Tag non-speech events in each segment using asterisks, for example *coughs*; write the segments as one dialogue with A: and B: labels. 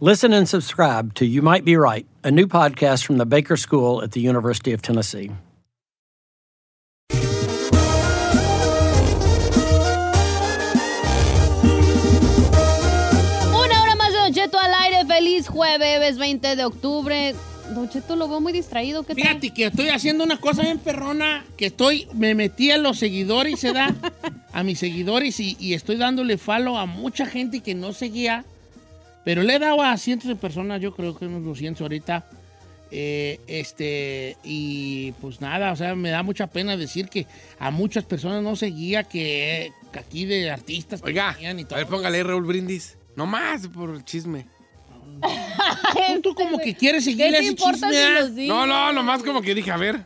A: Listen and subscribe to You Might Be Right, a new podcast from the Baker School at the University of Tennessee.
B: Una hora más de Don Cheto al aire. Feliz jueves 20 de octubre. Don Cheto lo veo muy distraído. ¿Qué tal?
C: Fíjate que estoy haciendo una cosa bien perrona, que estoy, me metí a los seguidores, se da, a mis seguidores y, y estoy dándole falo a mucha gente que no seguía, pero le he dado a cientos de personas, yo creo que unos 200 ahorita, eh, este, y pues nada, o sea, me da mucha pena decir que a muchas personas no seguía, que, eh, que aquí de artistas que
D: Oiga,
C: venían y
D: a ver,
C: todo.
D: póngale ahí, Raúl Brindis. No más por el chisme.
C: Tú como que quieres
B: ¿Qué
C: seguir
B: te
C: ese
B: importa
C: chisme,
B: si
C: ¿ah?
B: los digo?
D: No, no, nomás como que dije, a ver.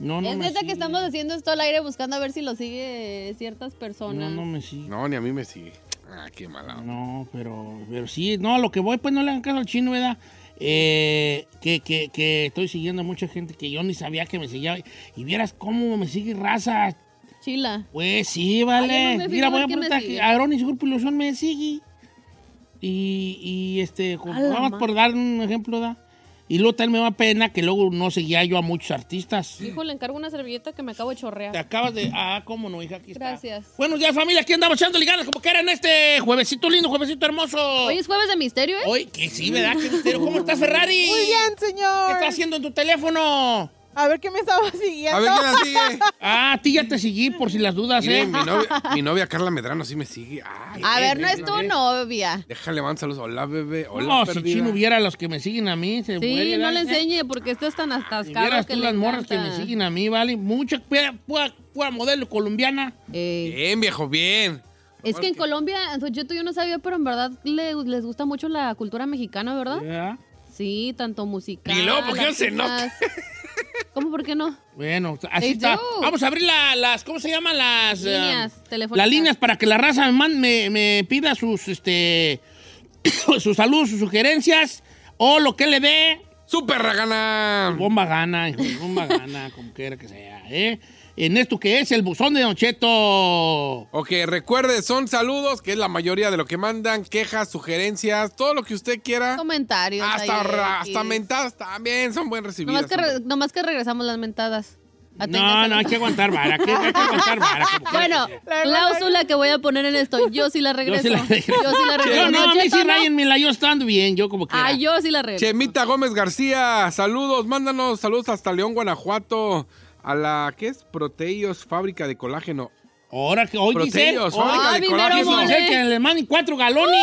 C: No, no
B: Es
C: me
B: neta que
C: sigue.
B: estamos haciendo esto al aire buscando a ver si lo sigue ciertas
C: No,
B: personas.
C: no me sigue.
D: No, ni a mí me sigue. Ah, qué mala. onda.
C: No, pero, pero sí, no, lo que voy, pues no le hagan caso al chino, ¿verdad? Eh, que, que, que estoy siguiendo a mucha gente que yo ni sabía que me seguía. Y vieras cómo me sigue raza.
B: Chila.
C: Pues sí, vale.
B: Ay, yo no me
C: Mira,
B: fijo
C: voy a
B: en quién me
C: preguntar
B: sigue.
C: que Aaron y su grupo Ilusión me sigue. Y, y este,
B: A la
C: vamos
B: ma-
C: por dar un ejemplo, ¿verdad? Y luego tal me da pena que luego no seguía yo a muchos artistas.
B: Hijo, le encargo una servilleta que me acabo de
C: Te
B: chorrear.
C: acabas de. Ah, cómo no, hija, aquí está.
B: Gracias.
C: Buenos días, familia. Aquí andamos echando ganas como que era en este juevesito lindo, juevesito hermoso.
B: Hoy es jueves de misterio, ¿eh?
C: Oye, que sí, ¿verdad?
B: *laughs*
C: Qué misterio. ¿Cómo estás, Ferrari?
E: Muy bien,
C: ¿Qué
E: señor.
C: estás haciendo en tu teléfono?
E: A ver qué me estaba
D: A ver
E: siguiendo.
D: quién la sigue.
C: *laughs* Ah, a ti ya te seguí por si las dudas,
D: Mire,
C: ¿eh?
D: eh?
C: *laughs*
D: mi, novia, mi novia Carla Medrano sí me sigue. Ay,
B: A ver, no
D: eh,
B: es tu novia.
D: Déjale, man, saludos. Hola, bebé. Hola,
C: No, si
D: perdida.
C: Chino hubiera los que me siguen a mí, se
B: Sí,
C: muere,
B: no
C: ¿verdad?
B: le enseñe porque esto es tan
C: Si
B: atascado
C: vieras
B: que
C: tú
B: le
C: las morras que me
B: encanta.
C: siguen a mí, ¿vale? Mucha pura, pura- pura modelo colombiana.
B: Ey.
D: Bien,
C: *laughs*
D: viejo, bien.
B: Es que en Colombia, Don Cheto, yo no sabía, pero en verdad le- les gusta mucho la cultura mexicana, ¿verdad?
C: ¿verdad?
B: Sí, tanto musical.
D: Y luego, ¿por
C: pues,
D: qué no se
B: artistas. ¿Cómo por qué no?
C: Bueno, así
B: They
C: está.
B: do.
C: Vamos a abrir la- las, ¿cómo se llaman las? eh,
B: Líneas telefónicas.
C: Las líneas para que la raza me, man- me, me pida sus, este, *coughs* sus saludos, sus sugerencias o lo que le dé.
D: Super ragana.
C: Bomba gana, hijo, bomba gana, como quiera que sea, ¿eh? En esto que es el buzón de Don Cheto.
D: Ok, recuerde, son saludos, que es la mayoría de lo que mandan, quejas, sugerencias, todo lo que usted quiera.
B: Comentarios.
D: Hasta,
B: ahí,
D: ra-
B: X.
D: hasta mentadas también son buen recibidas.
B: Nomás que, re- nomás que regresamos las mentadas.
C: No,
B: Atengas
C: no,
B: a-
C: hay que aguantar vara, que- hay que aguantar vara. como quiera
B: *laughs* Bueno,
C: que sea.
B: cláusula que voy a poner en esto. Yo sí la
C: Yo
B: regreso.
C: sí la regreso.
B: regreso.
C: Yo no, a mí
B: Cheto,
C: sí,
B: no.
C: Ryan, mira, yo estando bien, yo como quiera.
B: Ah, yo sí la regreso.
D: Chemita Gómez García, saludos, mándanos saludos hasta León, Guanajuato, a la ¿qué es? Proteios, fábrica de colágeno.
C: Ahora que hoy dicen,
D: Proteios,
C: hoy
D: fábrica
B: Ay,
D: de
B: mi mero
D: colágeno.
B: mole.
C: dicen que le manden cuatro galones.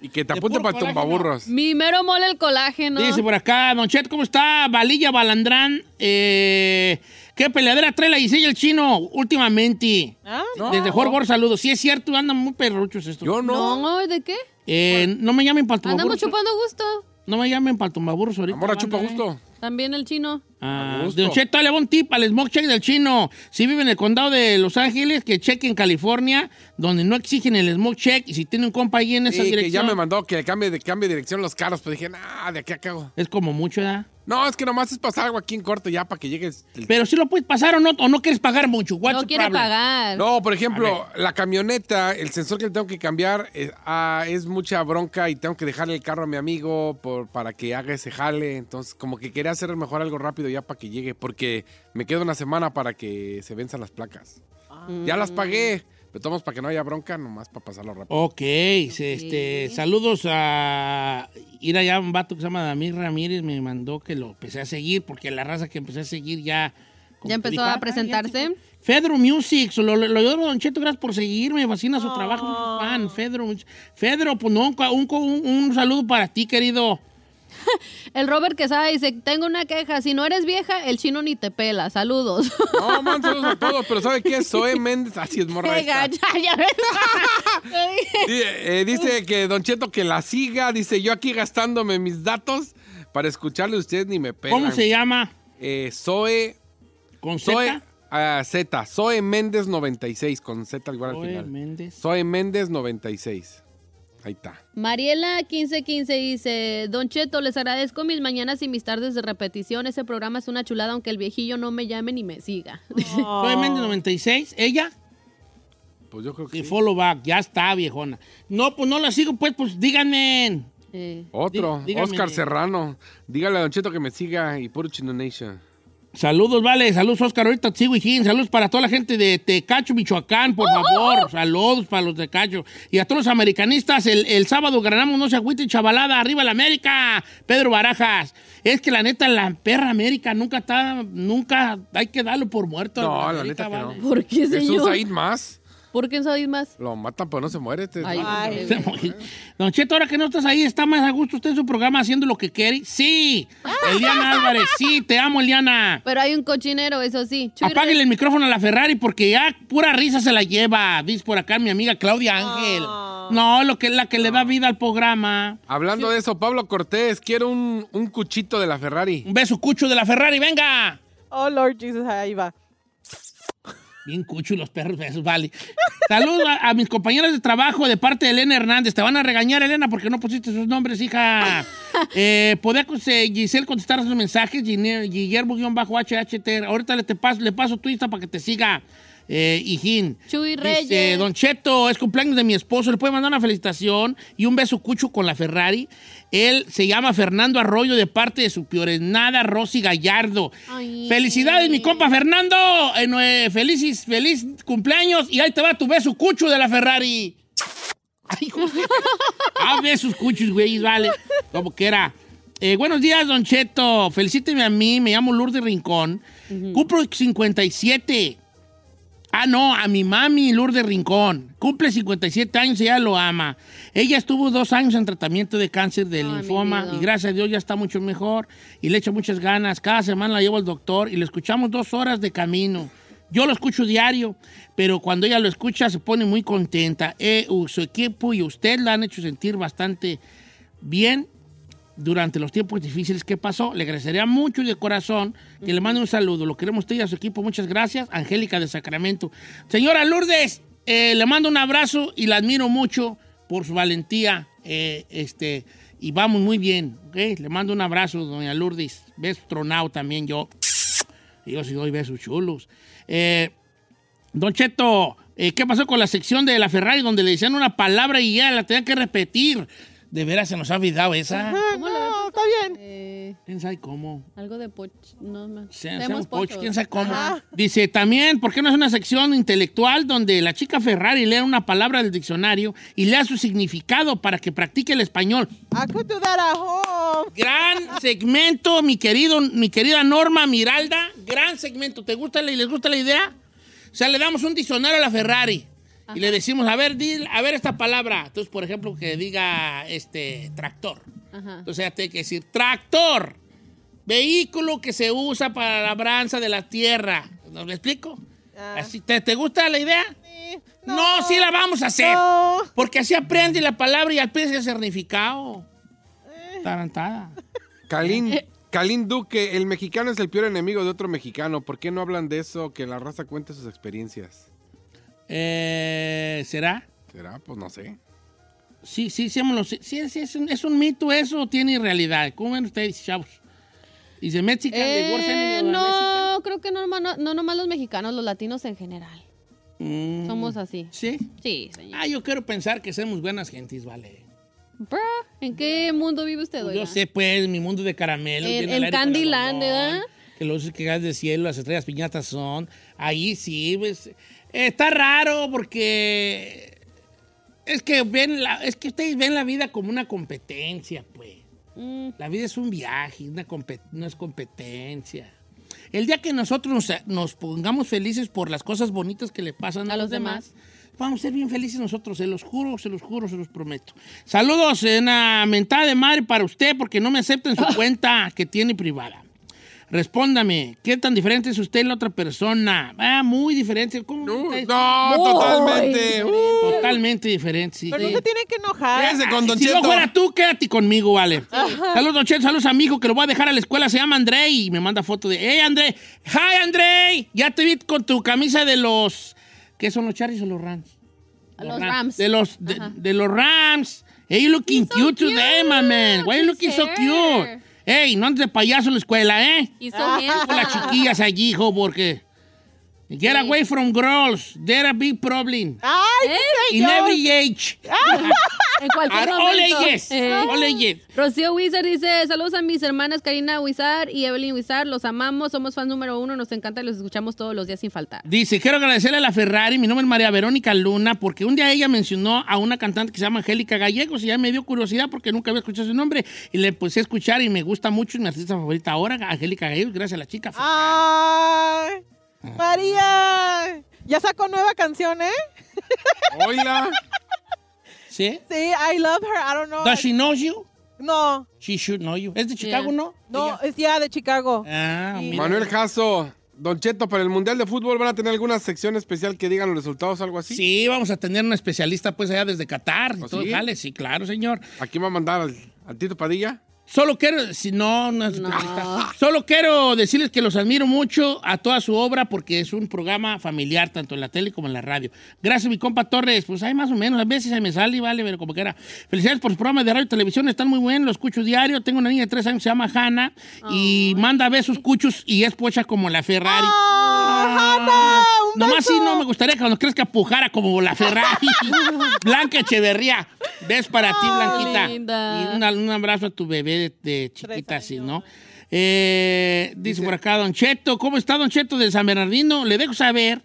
D: Y que te
C: De
D: apunte
C: puro
D: para
C: colágeno.
D: tumbaburros.
B: Mi mero mole el colágeno.
C: Dice pues, por acá, Don Chet, ¿cómo está? Valilla Balandrán. Eh, ¿Qué peleadera trae la Giselle y el chino últimamente?
E: Ah,
C: Desde Jorgor, saludos. Sí, es cierto, andan muy perruchos estos.
D: Yo no.
B: No, ¿de qué?
C: Eh, no me llamen para el tumbaburros.
B: Andamos chupando gusto.
C: No me llamen para el tumbaburros ahorita.
D: Amor a
C: banda,
D: chupa
C: eh.
D: gusto.
B: También el chino.
C: Ah,
D: A gusto.
C: Don Cheto, le va un tip al smoke check del chino. Si vive en el condado de Los Ángeles, que cheque en California, donde no exigen el smoke check. Y si tiene un compa ahí en esa
D: Y que ya
C: dirección,
D: me mandó que cambie de, cambie de dirección los carros, pues dije, nah, de aquí a cabo.
C: es como mucho, ¿verdad?
D: No, es que nomás es pasar algo aquí en corto ya para que llegues.
C: Pero si lo puedes pasar o no, o no quieres pagar mucho. What's
B: no
C: the
B: quiere
C: problem?
B: pagar.
C: pues,
D: No, por ejemplo, la camioneta, el sensor que le tengo que cambiar es, ah, es mucha bronca y tengo que dejarle el carro a mi amigo por, para que haga ese jale. Entonces, como que quería hacer mejor algo rápido ya para que llegue, porque me queda una semana para que se venzan las placas. Ya las pagué, Pero tomamos para que no haya bronca, nomás para pasarlo rápido.
C: Ok, se- Este, saludos a ir allá un vato que se llama Damir Ramírez, me mandó que lo empecé a seguir, porque la raza que empecé a seguir ya... como
B: Ya
C: que
B: empezó
C: dijo,
B: a
C: "Ah,
B: presentarse.
C: Fedro Music, lo, lo, lo adoro, Don Cheto, gracias por seguirme, fascina su trabajo,
B: Oh.
C: soy fan, Fedro. Music. Fedro, pues no, un, un- un saludo para ti, querido.
B: El Robert Quesada dice, tengo una queja, si no eres vieja, el chino ni te pela. Saludos.
D: No, Oh, man, saludos a todos, pero ¿sabe qué? Zoe Méndez, así es morra
B: *laughs* Qué
D: esta.
B: gacha,
E: *laughs*
B: ya ves.
D: Dice, eh, dice que Don Cheto que la siga, dice yo aquí gastándome mis datos para escucharle a usted ni me pelan.
C: ¿Cómo se llama?
D: Eh, Zoe,
C: ¿Con
D: Zoe,
C: Z?
D: ah, Z, Zoe Méndez 96, con Z igual al
C: Zoe
D: final.
C: Méndez.
D: Zoe Méndez 96. Ahí está.
B: Mariela 1515 dice, Don Cheto, les agradezco mis mañanas y mis tardes de repetición. Ese programa es una chulada, aunque el viejillo no me llame ni me siga.
C: *laughs* Zoe Méndez 96, ella.
D: Pues yo creo que
C: Y
D: sí.
C: follow back, ya está, viejona. No, pues no la sigo, pues, pues díganme.
B: Eh,
D: Otro,
C: Dí- dígame.
D: Oscar Serrano. Dígale a Don Cheto que me siga y puro Chino Nation.
C: Saludos, vale, saludos, Oscar, ahorita te sigo, hijín. Saludos para toda la gente de Tecacho, Michoacán,
B: Oh,
C: por favor. Saludos para los de Tecacho. Y a todos los americanistas, el, el sábado ganamos, no se agüiten, chavalada, arriba la América. Pedro Barajas. Es que la neta, la perra América nunca está, nunca hay que darlo por muerto.
D: No, la
C: América,
D: neta que no.
B: ¿Por qué,
D: Jesús
B: señor?
D: Said más.
B: ¿Por qué sabéis más?
D: Lo matan, pero no se muere. Este.
B: Ay, hombre.
C: Se murió. Don Cheto, ahora que no estás ahí, ¿está más a gusto usted en su programa haciendo lo que quiere? Sí, Eliana Álvarez, sí, te amo, Eliana.
B: *laughs* Pero hay un cochinero, eso sí. Chuy
C: Apáguele el micrófono a la Ferrari porque ya pura risa se la lleva. Dice por acá mi amiga Claudia Ángel. No, lo que es la que le da vida al programa.
D: Hablando de eso, Pablo Cortés, quiero un, un cuchito de la Ferrari.
C: Un beso cucho de la Ferrari, venga.
E: Oh, Lord Jesus, ahí va.
C: Bien cucho los perros, besos, vale. Saludos a, a mis compañeras de trabajo de parte de Elena Hernández. Te van a regañar, Elena, porque no pusiste sus nombres, hija. Eh, ¿Podría cons- eh, Giselle contestar sus mensajes? Gine- Guillermo-HHT. Ahorita le, te paso, le paso tu Insta para que te siga, eh, hijín.
B: Chuy
C: Dice,
B: Reyes.
C: Don Cheto, es cumpleaños de mi esposo, le puede mandar una felicitación y un beso cucho con la Ferrari. Él se llama Fernando Arroyo de parte de su piorenada Rosy Gallardo.
B: Ay.
C: Felicidades, mi compa Fernando. Eh, no, eh, felices, feliz cumpleaños y ahí te va tu beso cucho de la Ferrari. Ay, hijo de- *laughs* Ah, besos cuchos, güey, vale. Como que era. Eh, buenos días, Don Cheto. Felicíteme a mí, me llamo Lourdes Rincón. Cumplo 57. Ah, no, a mi mami Lourdes Rincón. Cumple 57 años y ella lo ama. Ella estuvo dos años en tratamiento de cáncer de
B: mi
C: linfoma
B: vida.
C: y gracias a Dios ya está mucho mejor y le echa muchas ganas. Cada semana la llevo al doctor y le escuchamos dos horas de camino. Yo lo escucho diario, pero cuando ella lo escucha se pone muy contenta. Eh, u- su equipo y usted la han hecho sentir bastante bien durante los tiempos difíciles que pasó. Le agradecería mucho y de corazón que le mande un saludo. Lo queremos a usted y a su equipo. Muchas gracias. Angélica de Sacramento. Señora Lourdes, eh, le mando un abrazo y la admiro mucho por su valentía. eh, este, y vamos muy bien. ¿ok? Le mando un abrazo, doña Lourdes. Beso tronado también yo. Y Yo sí doy besos chulos. Eh, don Cheto, eh, ¿qué pasó con la sección de la Ferrari donde le decían una palabra y ya la tenían que repetir? De veras se nos ha olvidado esa.
E: Ah,
B: ¿Cómo le va a
E: no, está bien.
B: Eh,
C: ¿Quién sabe cómo?
B: algo de poch. No, no.
C: Se-
B: Tenemos
C: seamos pochos,
B: pochos.
C: ¿Quién sabe cómo?
E: Ajá.
C: Dice también, ¿por qué no es una sección intelectual donde la chica Ferrari lea una palabra del diccionario y lea su significado para que practique el español?
E: I could do that at home.
C: Gran segmento, mi querido, mi querida Norma Miralda. Gran segmento. ¿Te gusta la- y les gusta la idea? O sea, le damos un diccionario a la Ferrari y le decimos, a ver, di- a ver esta palabra. Entonces, por ejemplo, que diga este tractor.
B: Ajá.
C: Entonces ya tiene que decir tractor, vehículo que se usa para la labranza de la tierra. ¿Nos lo explico?
E: Ah.
C: Así, ¿te, te gusta la idea?
E: Sí.
C: No. sí la vamos a hacer.
E: No.
C: Porque así aprende la palabra y aprende el significado. Tarantada.
D: Kalin, Kalin Duque, el mexicano es el peor enemigo de otro mexicano. ¿Por qué no hablan de eso? Que la raza cuente sus experiencias.
C: Eh, ¿Será?
D: ¿Será? Pues no sé.
C: Sí, sí, sí, hemos- sí, sí, sí, es, un, es un mito eso, o tiene realidad. ¿Cómo ven ustedes, chavos? Y de Mexican,
B: Eh,
C: de Worst Enemy of the Mexican.
B: no, creo que no, hermano, no nomás los mexicanos, los latinos en general.
C: Mm,
B: Somos así.
C: Sí.
B: Sí, señor.
C: Ah, yo quiero pensar que somos buenas gentes, vale.
B: Bro, ¿en qué mundo vive usted,
C: Pues
B: oiga?
C: Yo sé, pues, mi mundo de caramelo.
B: En-
C: lleno
B: en
C: al aire
B: Candyland,
C: con algodón,
B: ¿verdad?
C: Que los luces que caen del cielo, las estrellas piñatas son. Ahí sí, pues. Está raro porque es que ven la, es que ustedes ven la vida como una competencia, pues. La vida es un viaje, una compe- no es competencia. El día que nosotros nos, nos pongamos felices por las cosas bonitas que le pasan a, los demás, vamos a ser bien felices nosotros, se los juro, se los juro, se los prometo. Saludos en la mentada de madre para usted porque no me aceptan *laughs* su cuenta que tiene privada. Respóndame, ¿qué tan diferente es usted y la otra persona? Ah, muy diferente. ¿Cómo
D: No,
C: está?
D: no, totalmente. Uh,
C: Totalmente diferente, sí.
E: Pero
C: Sí.
E: no se tiene que enojar.
D: Quédese con Don
C: Si no
D: Cheto.
C: fuera tú, quédate conmigo, vale. Saludos, Don Cheto, saludos, amigo, que lo voy a dejar a la escuela. Se llama André y me manda foto de. ¡Hey, André! ¡Hi, André! Ya te vi con tu camisa de los. ¿Qué son los Chargers o los Rams?
B: A los Rams.
C: De los, de, de los Rams. Hey, you looking
B: He's so
C: cute, today, my
B: cute.
C: man. Why you looking so
B: His
C: cute?
B: hair.
C: Hey, no andes de payaso en la escuela, ¿eh?
B: He's so handsome.
C: Con las chiquillas allí, hijo, porque. Get away from girls. They're a big problem.
E: Ay, qué
B: ¿Eh?
E: sé
C: In
E: yo.
C: every age.
B: *laughs* En cualquier
C: Are all
B: momento.
C: ages.
B: Eh.
C: All ages.
B: Rocío Wizard dice, saludos a mis hermanas Karina Wizard y Evelyn Wizard, los amamos, somos fan número uno, nos encanta y los escuchamos todos los días sin faltar.
C: Dice, quiero agradecerle a la Ferrari, mi nombre es María Verónica Luna, porque un día ella mencionó a una cantante que se llama Angélica Gallegos y ya me dio curiosidad porque nunca había escuchado su nombre y le empecé a escuchar y me gusta mucho, es mi artista favorita ahora, Angélica Gallegos, gracias a la chica.
E: Ah. Ay, María. Ya sacó nueva canción, ¿eh?
D: Oila.
E: *laughs*
C: ¿Sí?
E: Sí, I love her. I don't know.
C: Does she know you?
E: No,
C: She should know you. ¿Es de Chicago,
B: Yeah.
C: no?
E: no,
C: Ella.
E: es ya de Chicago.
C: Ah,
E: Sí.
C: mira.
D: Manuel Jasso. Don Cheto, para el Mundial de Fútbol van a tener alguna sección especial que digan los resultados o algo así.
C: Sí, vamos a tener una especialista pues allá desde Qatar. y
D: ¿Oh,
C: todo,
D: sí?
C: jale, sí, claro, señor.
D: Aquí va a mandar al, al Tito Padilla.
C: Solo quiero, si no, no es especialista. Solo quiero decirles que los admiro mucho a toda su obra porque es un programa familiar, tanto en la tele como en la radio. Gracias, mi compa Torres. Pues hay más o menos, a veces se me sale y vale, pero como quiera. Felicidades por su programa de radio y televisión, están muy buenos, lo escucho diario. Tengo una niña de tres años, que se llama Hanna, y manda besos cuchos y es pocha como la Ferrari.
E: Ah,
C: Ah.
E: Hanna, ¡Ah, un
C: Nomás
E: beso.
C: sí, no me gustaría que cuando crezca pujara como
E: *laughs*
C: la Ferrari. Blanca Echeverría. Ves para ti, Blanquita.
B: linda.
C: Y una- un abrazo a tu bebé de, de chiquita,
E: Tres
C: así, ¿no? Eh, dice, por acá, Don Cheto, ¿cómo está Don Cheto de San Bernardino? Le dejo saber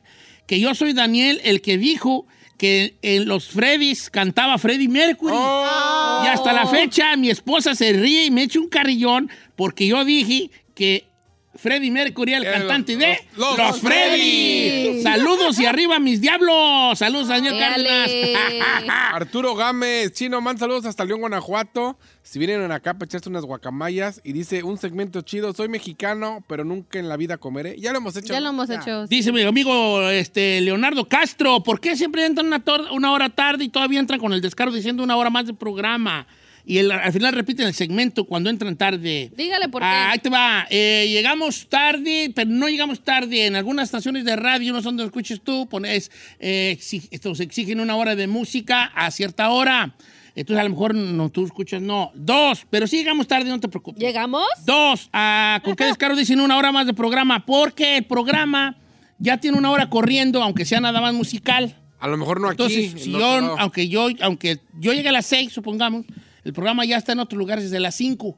C: que yo soy Daniel, el que dijo que en los Freddys cantaba Freddie Mercury.
E: Oh.
C: Y hasta la fecha mi esposa se ríe y me echa un carrillón porque yo dije que Freddie Mercury era el
D: Era
C: cantante
D: los-
C: de
D: los- los
C: Freddy. Saludos y arriba mis diablos. Saludos, Daniel Cárdenas. *laughs*
B: Dale.
D: Arturo Gámez, Chino, man, saludos hasta León, Guanajuato. Si vienen acá para echarse unas guacamayas y dice un segmento chido, soy mexicano, pero nunca en la vida comeré. Ya lo hemos hecho.
B: Ya lo hemos
D: Ya.
B: hecho.
C: Dice mi amigo este, Leonardo Castro, ¿por qué siempre entran una, tor- una hora tarde y todavía entran con el descaro diciendo una hora más de programa? Y el- al final repiten el segmento cuando entran tarde.
B: Dígale por qué.
C: Ah, ahí te va. Eh, llegamos tarde, pero no llegamos tarde. En algunas estaciones de radio, no sé dónde lo escuches tú, pones, eh, exi- estos exigen una hora de música a cierta hora. Entonces, a lo mejor no tú escuchas, no. Dos, pero sí llegamos tarde, no te preocupes.
B: ¿Llegamos?
C: Dos, ah, ¿con qué descaro dicen una hora más de programa? Porque el programa ya tiene una hora corriendo, aunque sea nada más musical.
D: A lo mejor no aquí.
C: Entonces,
D: en
C: si
D: otro
C: yo,
D: lado.
C: aunque yo, aunque yo llegue a las 6, supongamos, el programa ya está en otros lugares desde las 5,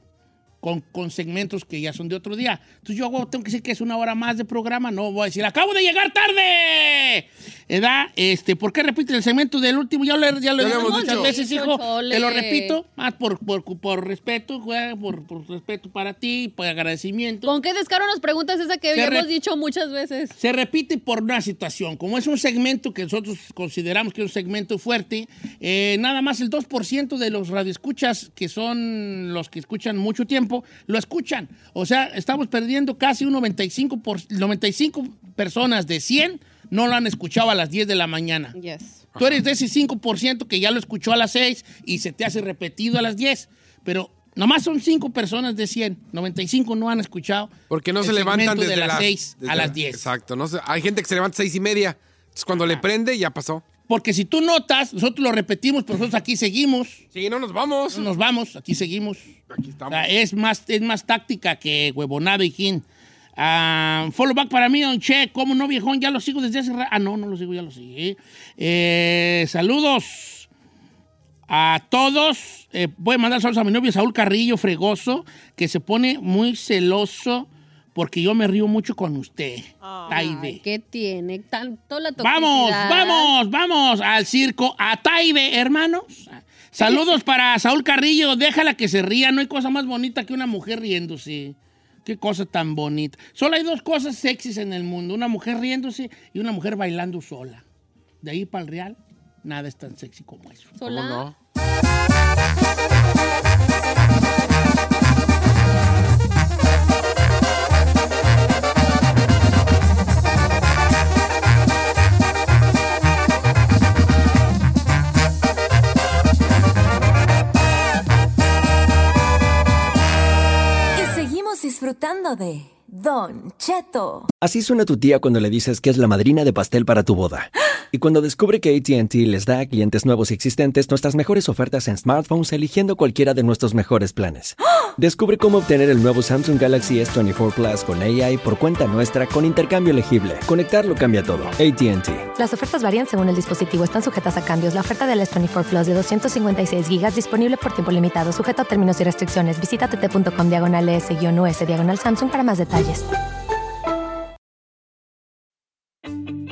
C: con, con segmentos que ya son de otro día. Entonces yo hago- tengo que decir que es una hora más de programa, no voy a decir, acabo de llegar tarde. ¿Edad? Este, ¿Por qué repiten el segmento del último? Ya lo, he- ya lo
D: Ya
C: he
D: lo
C: dicho
D: hemos
C: muchas
D: dicho.
C: veces,
B: Dicho,
C: hijo.
B: chole.
C: Te lo repito, más por, por, por respeto, güey, por, por respeto para ti, por agradecimiento.
B: ¿Con qué descaro nos preguntas esa que
C: Se
B: ya
C: re-
B: hemos dicho muchas veces?
C: Se repite por una situación. Como es un segmento que nosotros consideramos que es un segmento fuerte, eh, nada más el 2% de los radioescuchas, que son los que escuchan mucho tiempo, lo escuchan. O sea, estamos perdiendo casi un 95, por, 95 personas de 100 no lo han escuchado a las 10 de la mañana.
B: Yes.
C: Tú eres de ese 5% que ya lo escuchó a las 6 y se te hace repetido a las 10. Pero nomás son 5 personas de 100. 95 no han escuchado.
D: Porque no
C: el
D: se levantan
C: segmento
D: desde
C: de las 6
D: seis
C: a las 10.
D: Exacto. No sé, hay gente que se levanta seis y media. Entonces, cuando le prende, ya pasó.
C: Porque si tú notas, nosotros lo repetimos, pero nosotros aquí seguimos.
D: Sí, no nos vamos.
C: No nos vamos, aquí seguimos.
D: Aquí
C: O
D: estamos.
C: sea, es más, es más táctica que huevonada y kin. Ah, follow back para mí, don Che. ¿Cómo no, viejón? Ya lo sigo desde hace rato. Ah, no, no lo sigo, ya lo sigo. Eh, saludos a todos. Eh, voy a mandar saludos a mi novio Saúl Carrillo Fregoso, que se pone muy celoso porque yo me río mucho con usted.
E: Ah.
C: Taide.
B: ¿Qué tiene? Tanto la toxicidad.
C: Vamos, vamos, vamos al circo a Taide, hermanos. Saludos para Saúl Carrillo. Déjala que se ría. No hay cosa más bonita que una mujer riéndose. Qué cosa tan bonita. Solo hay dos cosas sexys en el mundo. Una mujer riéndose y una mujer bailando sola. De ahí para el real, nada es tan sexy como eso.
D: ¿Cómo
B: Sola.
D: no?
F: Y seguimos disfrutando de Don Cheto.
G: Así suena tu tía cuando le dices que es la madrina de pastel para tu boda. Y cuando descubre que ATT les da a clientes nuevos y existentes nuestras mejores ofertas en smartphones eligiendo cualquiera de nuestros mejores planes. Descubre cómo obtener el nuevo Samsung Galaxy S24 Plus con AI por cuenta nuestra con intercambio elegible. Conectarlo cambia todo. ATT.
H: Las ofertas varían según el dispositivo, están sujetas a cambios. La oferta del S24 Plus de 256 gigas disponible por tiempo limitado, sujeto a términos y restricciones. Visita tt.com diagonal E S-US diagonal Samsung para más detalles.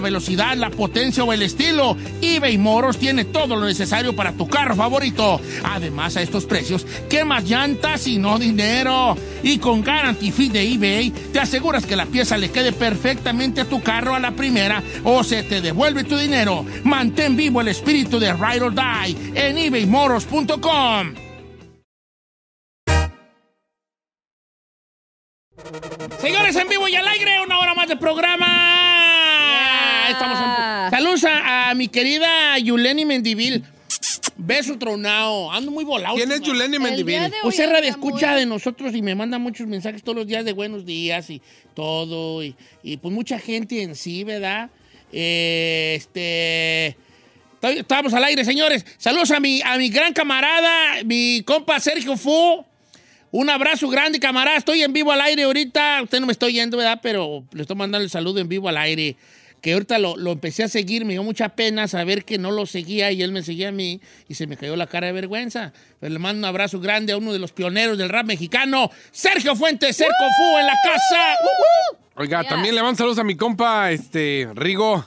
C: velocidad, la potencia o el estilo, eBay Moros tiene todo lo necesario para tu carro favorito. Además, a estos precios, ¿qué más llantas y no dinero? Y con Guarantee Fee de eBay, te aseguras que la pieza le quede perfectamente a tu carro a la primera o se te devuelve tu dinero. Mantén vivo el espíritu de Ride or Die en eBayMoros.com. Señores, en vivo y al aire, una hora más de programa. Estamos en- Saludos a, a mi querida Yuleni Mendivil. Beso tronado. Ando muy volado.
D: ¿Quién es
C: últimamente.
D: Yuleni Mendivil?
B: de hoy
C: Pues es radio
B: está muy-
C: escucha de nosotros y me manda muchos mensajes todos los días de buenos días y todo. Y, y, pues mucha gente en sí, ¿verdad? Eh, este. estoy- Estamos al aire, señores. Saludos a mi, a mi gran camarada, mi compa Sergio Fu. Un abrazo grande, camarada. Estoy en vivo al aire ahorita. Usted no me estoy yendo, ¿verdad? Pero le estoy mandando el saludo en vivo al aire. Que ahorita lo, lo empecé a seguir. Me dio mucha pena saber que no lo seguía y él me seguía a mí. Y se me cayó la cara de vergüenza. Pero le mando un abrazo grande a uno de los pioneros del rap mexicano, Sergio Fuentes, Serco Fu en la casa. ¡Uh, uh!
D: Oiga,
B: Ya.
D: también le mando saludos a mi compa, este, Rigo,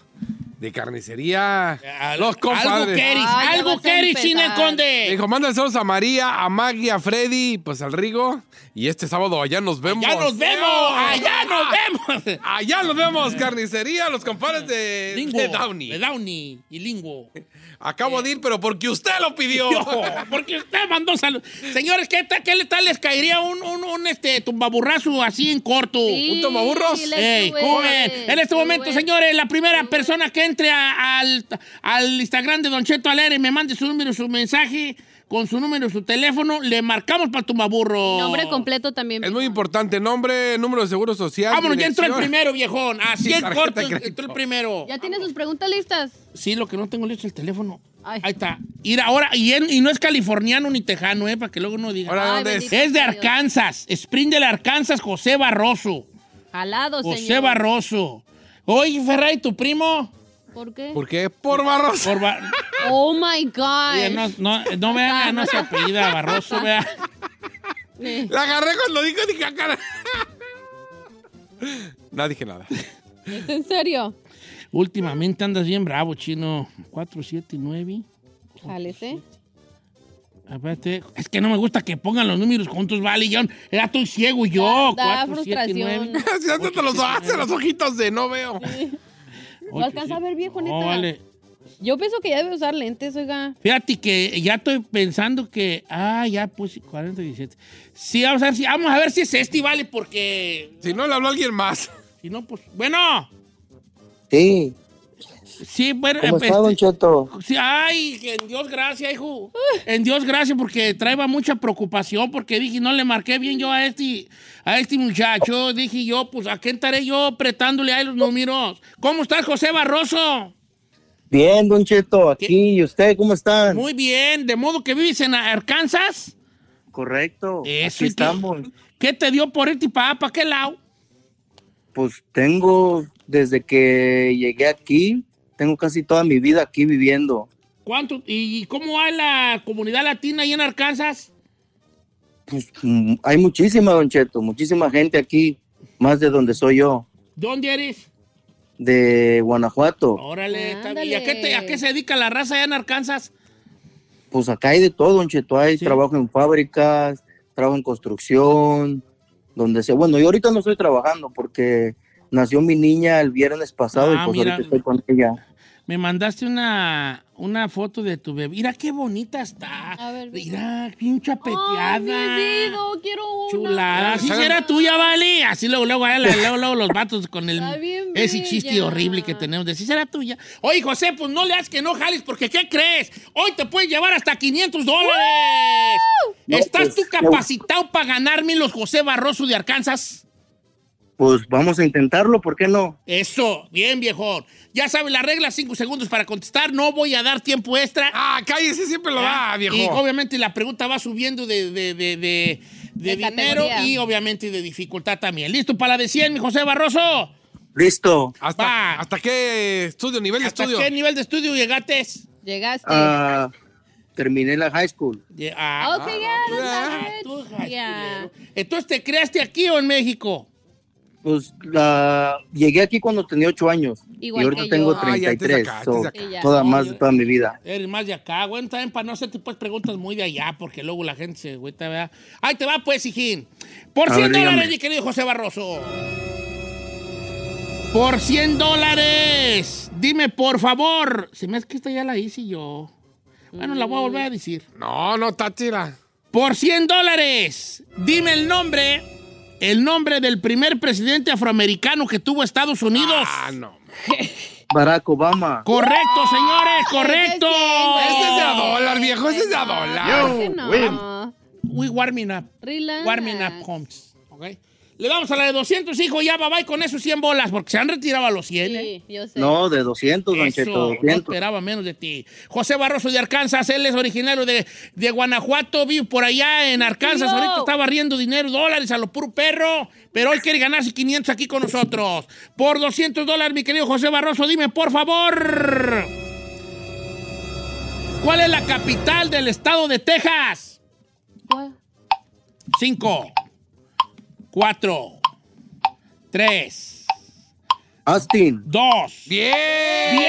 D: de carnicería.
C: Al-
D: Los
C: Algo
D: compadres.
C: queris,
B: Ay, ya vas
C: algo
B: a
C: queris,
B: empezar.
C: China Conde.
D: Dijo, manda saludos a María, a Maggie, a Freddy, pues al Rigo. Y este sábado allá nos vemos.
C: ¡Ya nos vemos! ¡Allá nos vemos!
D: *laughs* Allá nos vemos, carnicería, los compadres de,
C: Lingo.
D: de Downey.
C: De Downey y Lingo.
D: Acabo de ir, pero porque usted lo
C: *laughs*
D: pidió.
C: Yo, porque usted mandó salud. Señores, ¿qué, tal- qué le tal les caería un, un, un, este, tumbaburrazo así en corto?
B: Sí,
D: punto, maburros.
B: let's
C: Ey,
B: do
C: ¿cómo
B: it.
C: ven? En este
B: Do
C: momento,
B: it.
C: señores, la primera persona que entre a- al, al Instagram de Don Cheto Alegre y me mande su número, su mensaje, con su número, su teléfono, le marcamos para el tumbaburro.
B: Nombre completo también.
D: Es muy
B: Vivo.
D: importante. Nombre, número de seguro social.
C: Vámonos, ya entró el
D: dirección.
C: primero, viejón. Así en
D: *laughs* Tarjeta
C: corto
D: de crédito.
C: entró el primero.
B: ¿Ya tienes tus preguntas listas?
C: Sí, lo que no tengo listo es el teléfono.
B: Ay.
C: Ahí está. Ir ahora, y, él- y no es californiano ni tejano, ¿eh? Para que luego no diga.
D: Ahora,
B: Ay,
D: ¿dónde es?
B: bendito.
C: Es de Arkansas, Spring del Arkansas, José Barroso. *laughs*
B: Jalado, señor.
C: José Barroso. Oye, Ferrari, tu primo.
B: ¿Por qué?
D: ¿Por qué? Por Barros.
C: Por Bar-
B: Oh my God.
C: Oye, no, no, no me haga, no se apellida Barroso, vea.
B: Eh,
D: La agarré cuando dijo, dije, "Ah, cara. No dije nada.
B: ¿es ¿En serio?
C: Últimamente andas bien bravo, chino. 479.
B: Jálese.
C: Aparte, es que no me gusta que pongan los números juntos, vale. Yo ya estoy ciego yo.
B: Da- da
C: 479.
B: frustración.
D: *laughs* Si hasta te los hace los ojitos de no veo.
B: No alcanza a ver bien,
C: No,
B: Juanita.
C: Oh, vale.
B: Yo pienso que ya debe usar lentes, oiga.
C: Fíjate que ya estoy pensando que. Ah, ya puse 47. Sí, vamos a ver si, vamos a ver si es este, vale, porque. *laughs*
D: Si no, le habló alguien más.
C: Si no, pues. Bueno.
I: Sí.
C: Sí, bueno,
I: ¿Cómo está,
C: este-
I: Don Cheto?
C: Sí, ay, que en Dios gracias, hijo. En Dios gracias porque traía mucha preocupación porque dije, no le marqué bien yo a este a este muchacho. Dije yo, pues, ¿a qué estaré yo apretándole ahí los números? ¿Cómo estás, José Barroso?
I: Bien, Don Cheto, aquí. ¿Y usted cómo está?
C: Muy bien, de modo que vives en Arkansas.
I: Correcto.
C: Eso,
I: aquí
C: ¿y qué?
I: estamos.
C: ¿Qué te dio por este para ¿Para qué lado?
I: Pues tengo, desde que llegué aquí, tengo casi toda mi vida aquí viviendo.
C: ¿Cuánto? ¿Y cómo va la comunidad latina ahí en Arkansas?
I: Pues, mm, hay muchísima, Don Cheto, muchísima gente aquí, más de donde soy yo,
C: ¿Dónde eres?
I: de Guanajuato.
C: Órale, está bien. ¿Y a qué, te- a qué se dedica la raza allá en Arkansas?
I: Pues acá hay de todo, Don Cheto. Hay trabajo en fábricas, trabajo en construcción, donde sea. Bueno, yo ahorita no estoy trabajando porque nació mi niña el viernes pasado
C: Ah,
I: y pues
C: mira.
I: ahorita estoy con ella.
C: Me mandaste una, una foto de tu bebé. Mira qué bonita está. Mira, pincha
B: Ay, mi
C: peteada.
B: dedo, quiero una.
C: Chulada. Así si era tuya, vale. Así luego, luego,
I: *laughs*
C: ahí la- luego, luego los vatos con el.
B: Está bien
C: Ese
B: bella.
C: chiste horrible que tenemos de si será tuya. Oye, José, pues no le hagas que no jales, porque ¿qué crees? Hoy te puedes llevar hasta 500 dólares.
I: No,
C: ¿Estás
I: pues,
C: tú
I: no.
C: capacitado para ganarme los José Barroso de Arkansas?
I: Pues vamos a intentarlo, ¿por qué no?
C: Eso, bien viejo. Ya sabe la regla, cinco segundos para contestar. No voy a dar tiempo extra.
D: Ah, cállese, siempre lo
C: ¿Ya?
D: da, viejo.
C: Y obviamente la pregunta va subiendo de, de- de- de- de
B: De
C: dinero
B: categoría.
C: y obviamente de dificultad también. ¿Listo para la de 100, mi José Barroso?
I: Listo.
C: Va.
D: ¿Hasta, ¿Hasta qué estudio, nivel de
C: ¿Hasta
D: estudio?
C: qué nivel de estudio llegaste?
B: Llegaste.
I: Ah, terminé la high school.
C: Ye- ah,
B: ok, ya, no
C: ah,
B: está
C: tú,
B: bien.
C: ay,
B: Ya.
C: culero. Entonces, ¿te creaste aquí o en México?
I: Pues la, llegué aquí cuando tenía 8 años y
B: Igual
I: ahorita
B: que
I: tengo
B: yo.
C: Ah,
D: Ay, antes de
I: 33,
D: acá,
I: so,
D: antes de acá.
B: Sí, ya.
I: toda
C: No,
I: más
C: yo-
I: de toda mi vida.
C: Eres más de acá, bueno, también para no hacerte pues preguntas muy de allá, porque luego la gente se agüita, ¿verdad? Ahí te va pues, hijín. Por
I: A
C: 100
I: ver, dígame.
C: dólares, mi querido José Barroso. Por 100 dólares. Dime, por favor. Se me hace que esta ya la hice yo. Bueno, la voy a volver a decir.
D: No, no, Tátira.
C: Por 100 dólares. Dime el nombre. El nombre del primer presidente afroamericano que tuvo Estados Unidos.
D: Ah, no.
I: Barack Obama.
C: Correcto, señores, correcto.
B: Ay,
D: Ese es de a
B: No.
D: dólar, viejo, ese es de a dólar.
B: Claro que no.
C: We warming up.
B: Relax.
C: Warming up homes. ¿Ok? Le vamos a la de 200, hijo, ya, bye bye con esos 100 bolas, porque se han retirado a los 100. ¿eh?
B: Sí, yo sé.
I: No, de 200, Don
C: Eso,
I: Cheto,
C: no
I: 200.
C: esperaba menos de ti. José Barroso de Arkansas, él es originario de, de Guanajuato, vive por allá en Arkansas,
B: Yo.
C: ahorita está barriendo dinero, dólares a lo puro perro, pero él quiere ganarse 500 aquí con nosotros. Por 200 dólares, mi querido José Barroso, dime, por favor, ¿cuál es la capital del estado de Texas?
B: ¿Cuál?
C: 5, 4, 3,
I: Austin,
C: 2.
D: Bien.
C: ¡Bien!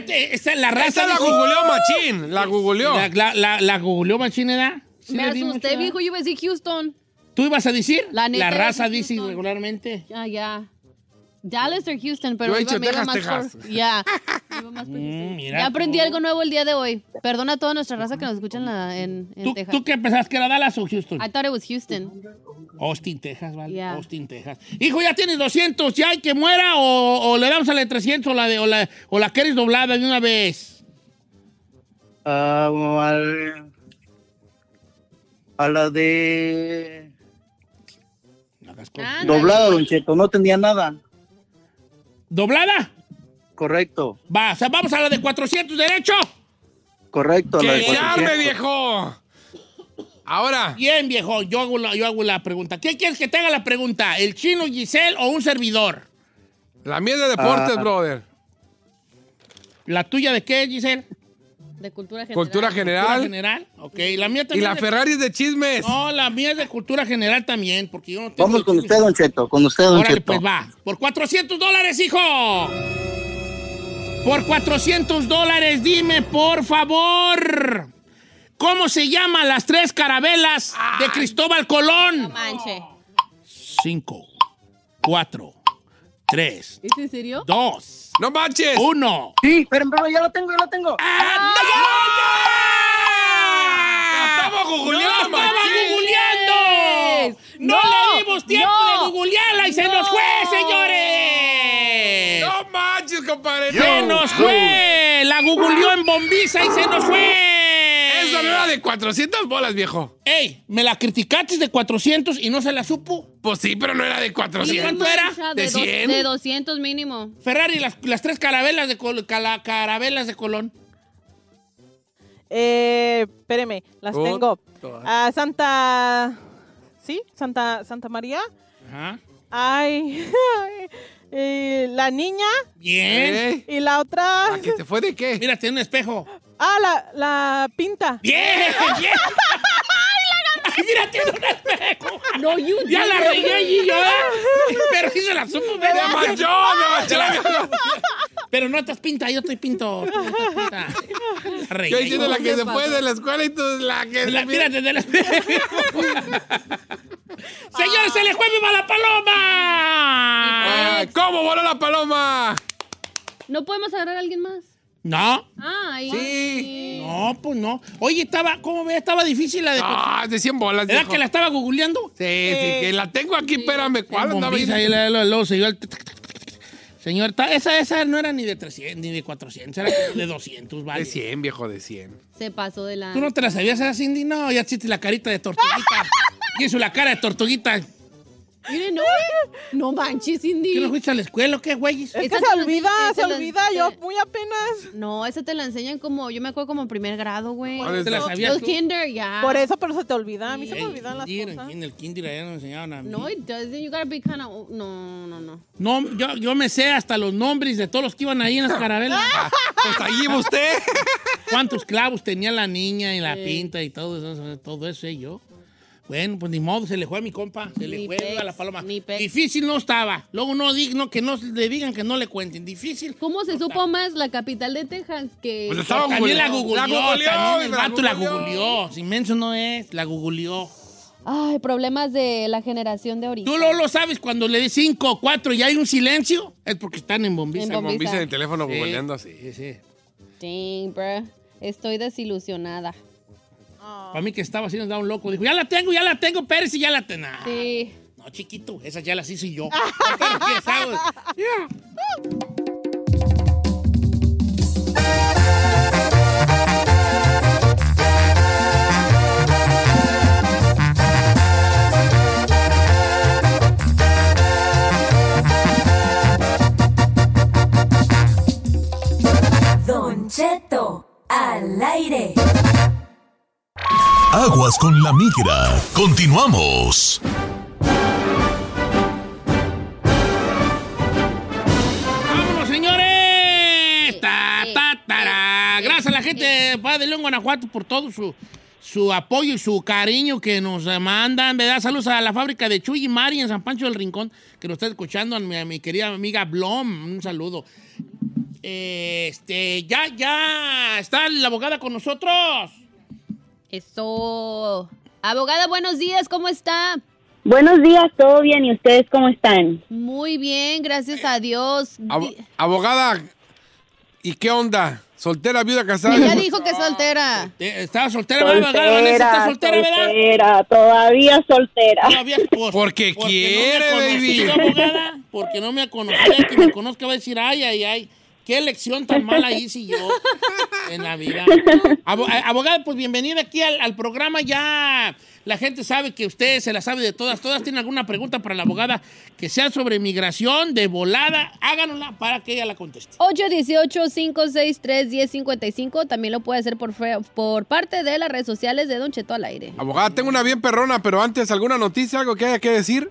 C: Este, Esa es la raza.
D: Esa la
C: dijo.
D: googleó Machín, la googleó.
C: La, la, la, la googleó Machinera. Sí
B: Me
C: le di
B: asusté,
C: mucho.
B: viejo. Yo iba a decir Houston.
C: ¿Tú ibas a decir?
B: La neta,
C: raza
B: yo sí,
C: dice
B: no.
C: regularmente.
B: Ah, ya. Dallas o Houston, pero
D: Yo he
B: iba,
D: dicho
B: me iba
D: Texas,
B: más
D: Texas.
B: por- Ya. Me iba más por Houston.
C: Mm, mira
B: pues, este, Ya aprendí
C: tú.
B: algo nuevo el día de hoy. Perdona a toda nuestra raza que nos escucha en, la- en, en
C: ¿Tú,
B: Texas.
C: ¿Tú qué pensabas que era Dallas o Houston?
B: I thought it was Houston.
C: Austin, Texas, vale.
B: Ya.
C: Austin, Texas. Hijo, ya tienes 200, ya hay que muera o, o le damos a la de 300 o la, de, o, la, o la quieres doblada de una vez.
I: ah, al- a la de
C: No hagas cosas.
B: Ándale.
I: doblada, Don Cheto, no tenía nada.
C: ¿Doblada?
I: Correcto,
C: Va, o sea, vamos a la de 400 derecho.
I: correcto. a la de
D: ¡Que se arme,
I: 400.
D: viejo! Ahora,
C: Bien, viejo, yo hago, la, yo hago la pregunta. ¿Quién quieres que te haga la pregunta? ¿El chino Giselle o un servidor?
D: la mía es de deportes,
I: Ah.
D: brother.
C: ¿La tuya de qué, Giselle?
B: De cultura general.
D: Cultura
C: ¿Cultura
D: general.
C: general? Ok, la mía
D: Y
C: también.
D: la
C: es de-
D: Ferrari es de chismes.
C: No, la mía es de cultura general también, porque yo no tengo.
I: Vamos con usted, Don Cheto, con usted, Don
C: Órale,
I: Cheto.
C: pues va. Por 400 dólares, hijo. Por 400 dólares, dime, por favor. ¿Cómo se llaman las tres carabelas de Cristóbal Colón?
B: Manche.
C: Cinco, cuatro, tres,
B: ¿Es en serio?
C: dos,
D: ¡No manches!
C: uno.
I: Sí, espérame, espérame, ya lo tengo, ya lo tengo.
C: Ah.
B: Ah,
D: ¡Estamos googleando,
C: ¡No estaba
D: machín!
C: googleando! ¡No,
B: No,
C: le dimos tiempo
B: no,
C: de googlearla y se nos fue,
B: no.
C: señores!
D: ¡No manches! compadre.
C: ¡Se nos fue! La googleó en bombiza y se nos fue.
D: Esa no era de 400 bolas, viejo.
C: ¡Ey! Me la criticaste de 400 y no se la supo.
D: Pues sí, pero no era de 400.
C: ¿Y cuánto era?
B: De,
D: ¿De
B: dos-
D: 100?
B: de 200 mínimo.
C: Ferrari, las, las tres carabelas de, Col- cala- carabelas de Colón.
E: Eh, espéreme, las
C: Oh,
E: tengo.
C: todas.
E: Ah, Santa. ¿Sí? Santa, Santa María.
C: Ajá.
E: Ay. *laughs* y la niña.
C: Bien.
E: Y la otra.
D: ¿Que te fue de qué?
C: Mira, tiene un espejo.
E: Ah, la, la pinta.
C: ¡Bien!
E: *laughs*
C: ¡Bien! ¡Ay, mira, tiene un espejo!
B: No, you
C: Ya la regué allí,
E: *laughs*
C: yo. ¿eh? Pero sí se la supo, ¿verdad?
D: ¡Me manchó! ¡Me manchó! la vieja.
C: Pero no estás pinta, yo estoy pinto. Tú no estás pinta. La regué.
D: Yo diciendo la que se fue de la escuela y tú la que...
C: La- mira, desde la- Señores, se le fue viva la paloma.
D: Ah, ¿Cómo voló la paloma?
B: ¿No podemos agarrar a alguien más? Ah,
C: No,
B: Ay.
D: Sí.
C: no, pues no. Oye, estaba, ¿cómo ves? Estaba difícil la de.
D: Ah, de 100 bolas,
C: ¿Era
D: viejo.
C: que la estaba googleando? Eh,
D: Sí, sí, que la tengo aquí, espérame. ¿Cuál andaba
C: Bombiza, ahí
D: ahí?
C: la- la- luego se dio el tic, tic, tic, tic, tic. Señor, ta- esa, esa no era ni de 300 ni de 400, era como de 200,
D: De
C: vale.
D: 100, viejo, de 100.
B: Se pasó de la.
C: ¿Tú no te la sabías, era Cindy? No, ya hiciste la carita de
D: *laughs*
C: tortuguita. Y hizo la cara de tortuguita.
E: *laughs*
B: Miren, no. No manches,
C: ¿Qué no
B: Cindy.
C: fuiste a la escuela o qué, güey?
E: Es
B: Esa
E: que
B: te
E: se
B: la-
E: olvida,
B: esa
E: se
B: la-
E: olvida. Yo muy apenas.
B: No, esa te la enseñan como. Yo me acuerdo como en primer grado, güey.
D: ¿Cuál es
C: ¿Te la
D: esa?
C: sabías
B: Los
C: tú?
B: kinder, ya.
E: Por eso, pero se te olvida. A mí se
C: Ey,
E: me olvidan las
C: kinder,
E: cosas.
C: En el kinder allá nos enseñaban a mí.
B: No, it doesn't. You gotta be kind of. No, no, no.
C: No, yo, yo me sé hasta los nombres de todos los que iban ahí en las carabelas.
D: *laughs* Pues ahí iba usted.
C: ¿Cuántos clavos tenía la niña y la pinta y todo eso? Todo eso sé yo. Bueno, pues ni modo, se le fue a mi compa, se le
B: Ni
C: fue
B: pex,
C: a la paloma.
B: ni pex.
C: Difícil no estaba. Luego no digno que no le digan que no le cuenten. Difícil.
B: ¿Cómo se supo más la capital de Texas que.
D: Pues estaba
C: También la
D: googleando.
C: googleó, también el
D: la
C: vato la
D: googleó.
C: googleó. Si menso no es, la googleó.
B: Ay, problemas de la generación de ahorita.
C: Tú no lo sabes cuando le di cinco o cuatro y hay un silencio, es porque están en
B: En
C: bombiza.
D: Se bombiza en el teléfono
C: Sí.
D: googleando así.
C: Sí, sí.
B: Dang, bruh. Estoy desilusionada.
C: Para mí que estaba haciendo da un loco. Dijo, ya la tengo, ya la tengo, Pérez, y ya la tengo. Nah.
B: Sí.
C: No, chiquito, esas ya las hice yo. No te
E: *laughs*
C: ríes, ¿sabes? Ya.
F: Don Cheto al aire.
J: Aguas con la migra. Continuamos.
C: ¡Vámonos, señores! Ta, ta, tará. Gracias a la gente de Padre de León, Guanajuato, por todo su, su apoyo y su cariño que nos eh, mandan. ¿verdad? Saludos a la fábrica de Chuy y Mari en San Pancho del Rincón, que nos está escuchando, a mi, a mi querida amiga Blom. Un saludo. Este, ya, ya, está la abogada con nosotros.
B: Eso. Abogada, buenos días, ¿cómo está?
K: Buenos días, todo bien, ¿y ustedes cómo están?
B: Muy bien, gracias a Dios.
D: Abo-
B: Di-
D: Abogada, ¿y qué onda? ¿Soltera, viuda, casada?
B: Ella dijo que soltera.
C: Eh, Estaba soltera, ¿verdad? abogada? Vanessa está soltera, ¿verdad?
K: soltera, todavía soltera.
C: Todavía, pues,
D: Porque quiere,
C: no me ha
D: baby.
C: conocido, este abogada, porque no me ha conocido. El Que me conozca va a decir, ay, ay, ay. Qué elección tan mala hice yo en la vida. Abo- a- Abogada, pues bienvenida aquí al, al programa ya. La gente sabe que usted se la sabe de todas. Todas tienen alguna pregunta para la abogada que sea sobre migración, de volada. Háganosla para que ella la conteste.
B: 818-563-1055. También lo puede hacer por, fe- por parte de las redes sociales de Don Cheto al aire.
D: Abogada, tengo una bien perrona, pero antes, ¿alguna noticia, algo que haya que decir?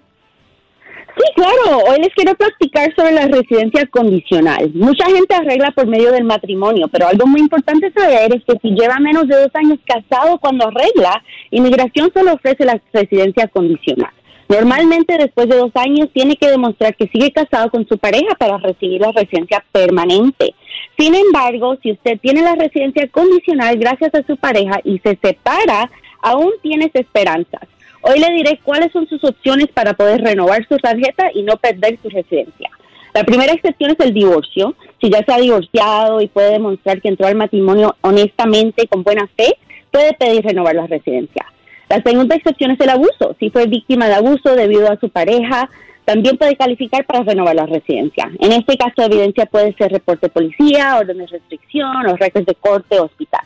K: Sí, claro, hoy les quiero platicar sobre la residencia condicional. Mucha gente arregla por medio del matrimonio, pero algo muy importante saber es que si lleva menos de dos años casado cuando arregla, inmigración solo ofrece la residencia condicional. Normalmente después de dos años tiene que demostrar que sigue casado con su pareja para recibir la residencia permanente. Sin embargo, si usted tiene la residencia condicional gracias a su pareja y se separa, aún tienes esperanzas. Hoy le diré cuáles son sus opciones para poder renovar su tarjeta y no perder su residencia. La primera excepción es el divorcio. Si ya se ha divorciado y puede demostrar que entró al matrimonio honestamente y con buena fe, puede pedir renovar la residencia. La segunda excepción es el abuso. Si fue víctima de abuso debido a su pareja, También puede calificar para renovar la residencia. En este caso, de evidencia puede ser reporte de policía, orden de restricción, o récords de corte o hospital.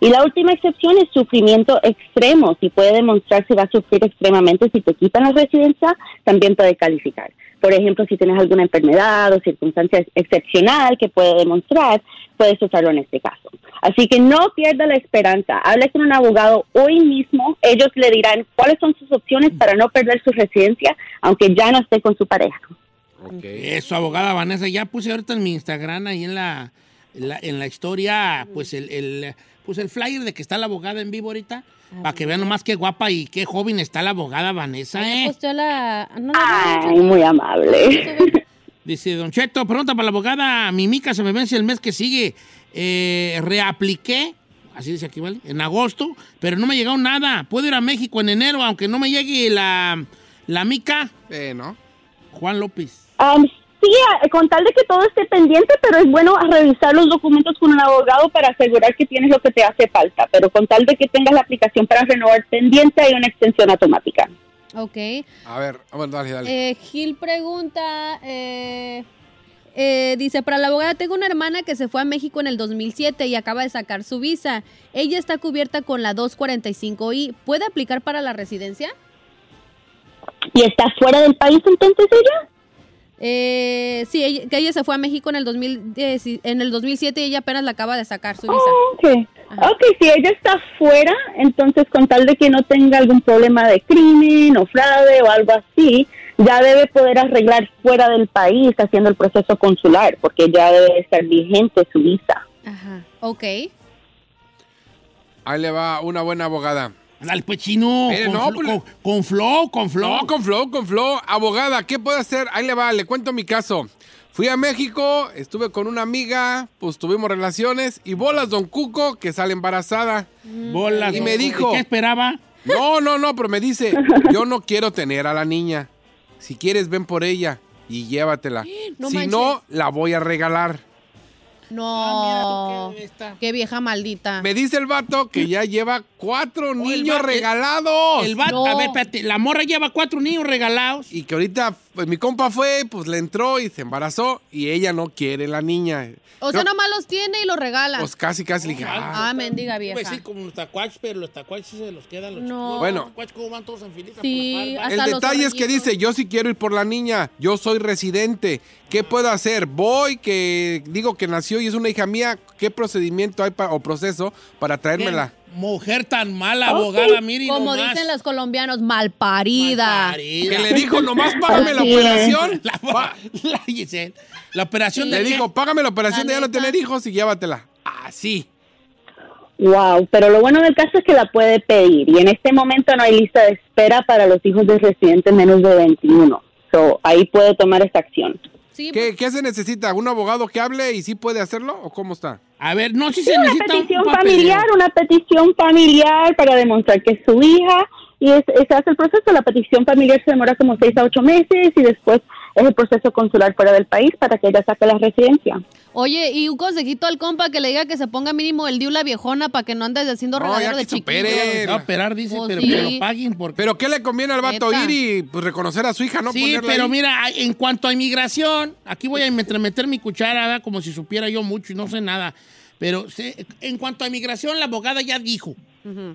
K: Y la última excepción es sufrimiento extremo. Si puede demostrar si va a sufrir extremadamente, si te quitan la residencia, también puede calificar. Por ejemplo, si tienes alguna enfermedad o circunstancia excepcional que puede demostrar, puedes usarlo en este caso. Así que no pierda la esperanza. Hable con un abogado hoy mismo. Ellos le dirán cuáles son sus opciones para no perder su residencia, aunque ya no esté con su pareja.
C: Eso, abogada Vanessa, ya puse ahorita en mi Instagram ahí en la, en la, en la historia, pues el, el- pues el flyer de que está la abogada en vivo ahorita, para que vean nomás qué guapa y qué joven está la abogada Vanessa, ¿eh?
B: Posteó la... No,
K: Ay, muy amable.
C: Dice Don Cheto, pregunta para la abogada, mi mica se me vence el mes que sigue. Eh, reapliqué, así dice aquí, ¿vale? En agosto, pero no me ha llegado nada. Puedo ir a México en enero, aunque no me llegue la, la mica.
D: Eh, ¿no?
C: Juan López.
K: Um, sí, a- con tal de que todo esté pendiente, pero es bueno revisar los documentos con un abogado para asegurar que tienes lo que te hace falta. Pero con tal de que tengas la aplicación para renovar pendiente, hay una extensión automática.
B: Ok.
D: A ver, bueno, dale, dale.
B: Eh, Gil pregunta, eh, eh, dice, para la abogada, tengo una hermana que se fue a México en el 2007 y acaba de sacar su visa. Ella está cubierta con la 245I. ¿Puede aplicar para la residencia?
K: ¿Y está fuera del país entonces ella?
B: Eh, sí, ella- que ella se fue a México en el, 2010 en el 2007 y ella apenas la acaba de sacar su visa.
K: Ah, Ok. Ok, si ella está fuera, entonces con tal de que no tenga algún problema de crimen o fraude o algo así, ya debe poder arreglar fuera del país haciendo el proceso consular, porque ya debe estar vigente su visa.
B: Ok.
D: Ahí le va una buena abogada. Eh, pues,
C: Dale, pues chino. con fl- con, flow, con flow.
D: No, con flow, con flow. Abogada, ¿qué puedo hacer? Ahí le va, le cuento mi caso. Fui a México, estuve con una amiga, pues tuvimos relaciones y bolas Don Cuco que sale embarazada.
C: Mm. Bolas,
D: Y
C: don
D: me
C: Cuco. ¿Y
D: dijo.
C: qué esperaba?
D: No, no, no, pero me dice, yo no quiero tener a la niña. Si quieres, ven por ella y
C: *gasps*
D: llévatela.
B: No
D: si
B: manches.
D: no, la voy a regalar.
B: No. qué vieja maldita.
D: Me dice el vato que ya lleva cuatro niños
C: Oh, vato-
D: regalados.
C: El vato, a ver, espérate, la morra lleva cuatro niños regalados.
D: Y que ahorita, pues mi compa fue, pues le entró y se embarazó y ella no quiere la niña.
B: O sea,
D: No,
B: nomás los tiene y los regala.
D: Pues casi, casi le dije, ah.
B: Ah, mendiga vieja.
C: Pues sí, como los tacuaches, pero los tacuaches sí se los quedan los
B: No.
C: chicos.
D: Bueno.
C: Los tacuaches como van todos en filita
B: Sí,
C: por la barba.
D: El detalle es que dice, yo sí quiero ir por la niña, yo soy residente, ¿qué puedo hacer? Voy, que digo que nació y es una hija mía, ¿qué procedimiento hay pa- o proceso para traérmela?
C: Mujer tan mala, abogada, mire
B: Como
C: nomás.
B: dicen los colombianos, malparida.
D: Que le dijo, nomás págame la
C: Así es.
D: operación.
C: *laughs* La, la Giselle. La operación
D: Le
C: de qué?
D: dijo, págame la operación
C: La
D: de ya no tener hijos y llévatela. Así.
K: Wow, pero lo bueno del caso es que la puede pedir y en este momento no hay lista de espera para los hijos de residentes menos de 21. So, ahí puede tomar esta acción.
D: ¿Qué, qué se necesita? ¿Un abogado que hable y sí puede hacerlo o cómo está?
C: A ver, no, si
K: Sí, una petición familiar, una petición familiar para demostrar que es su hija y es, es- se hace el proceso. La petición familiar se demora como seis a ocho meses y después es el proceso consular fuera del país para que ella saque la residencia.
B: Oye, y un consejito al compa que le diga que se ponga mínimo el diula viejona para que no andes haciendo regadero de chiquillos.
C: Se va a operar, dice,
B: Pues
C: pero
B: sí.
C: que lo paguen porque...
D: ¿Pero qué le conviene al vato
C: Neta.
D: ir y pues, reconocer a su hija, no
C: Sí,
D: ponerla
C: pero
D: ahí?
C: mira, a- en cuanto a inmigración, aquí voy a meter, meter mi cuchara, ¿verdad? como si supiera yo mucho y no sé nada. Pero se- en cuanto a inmigración, la abogada ya dijo,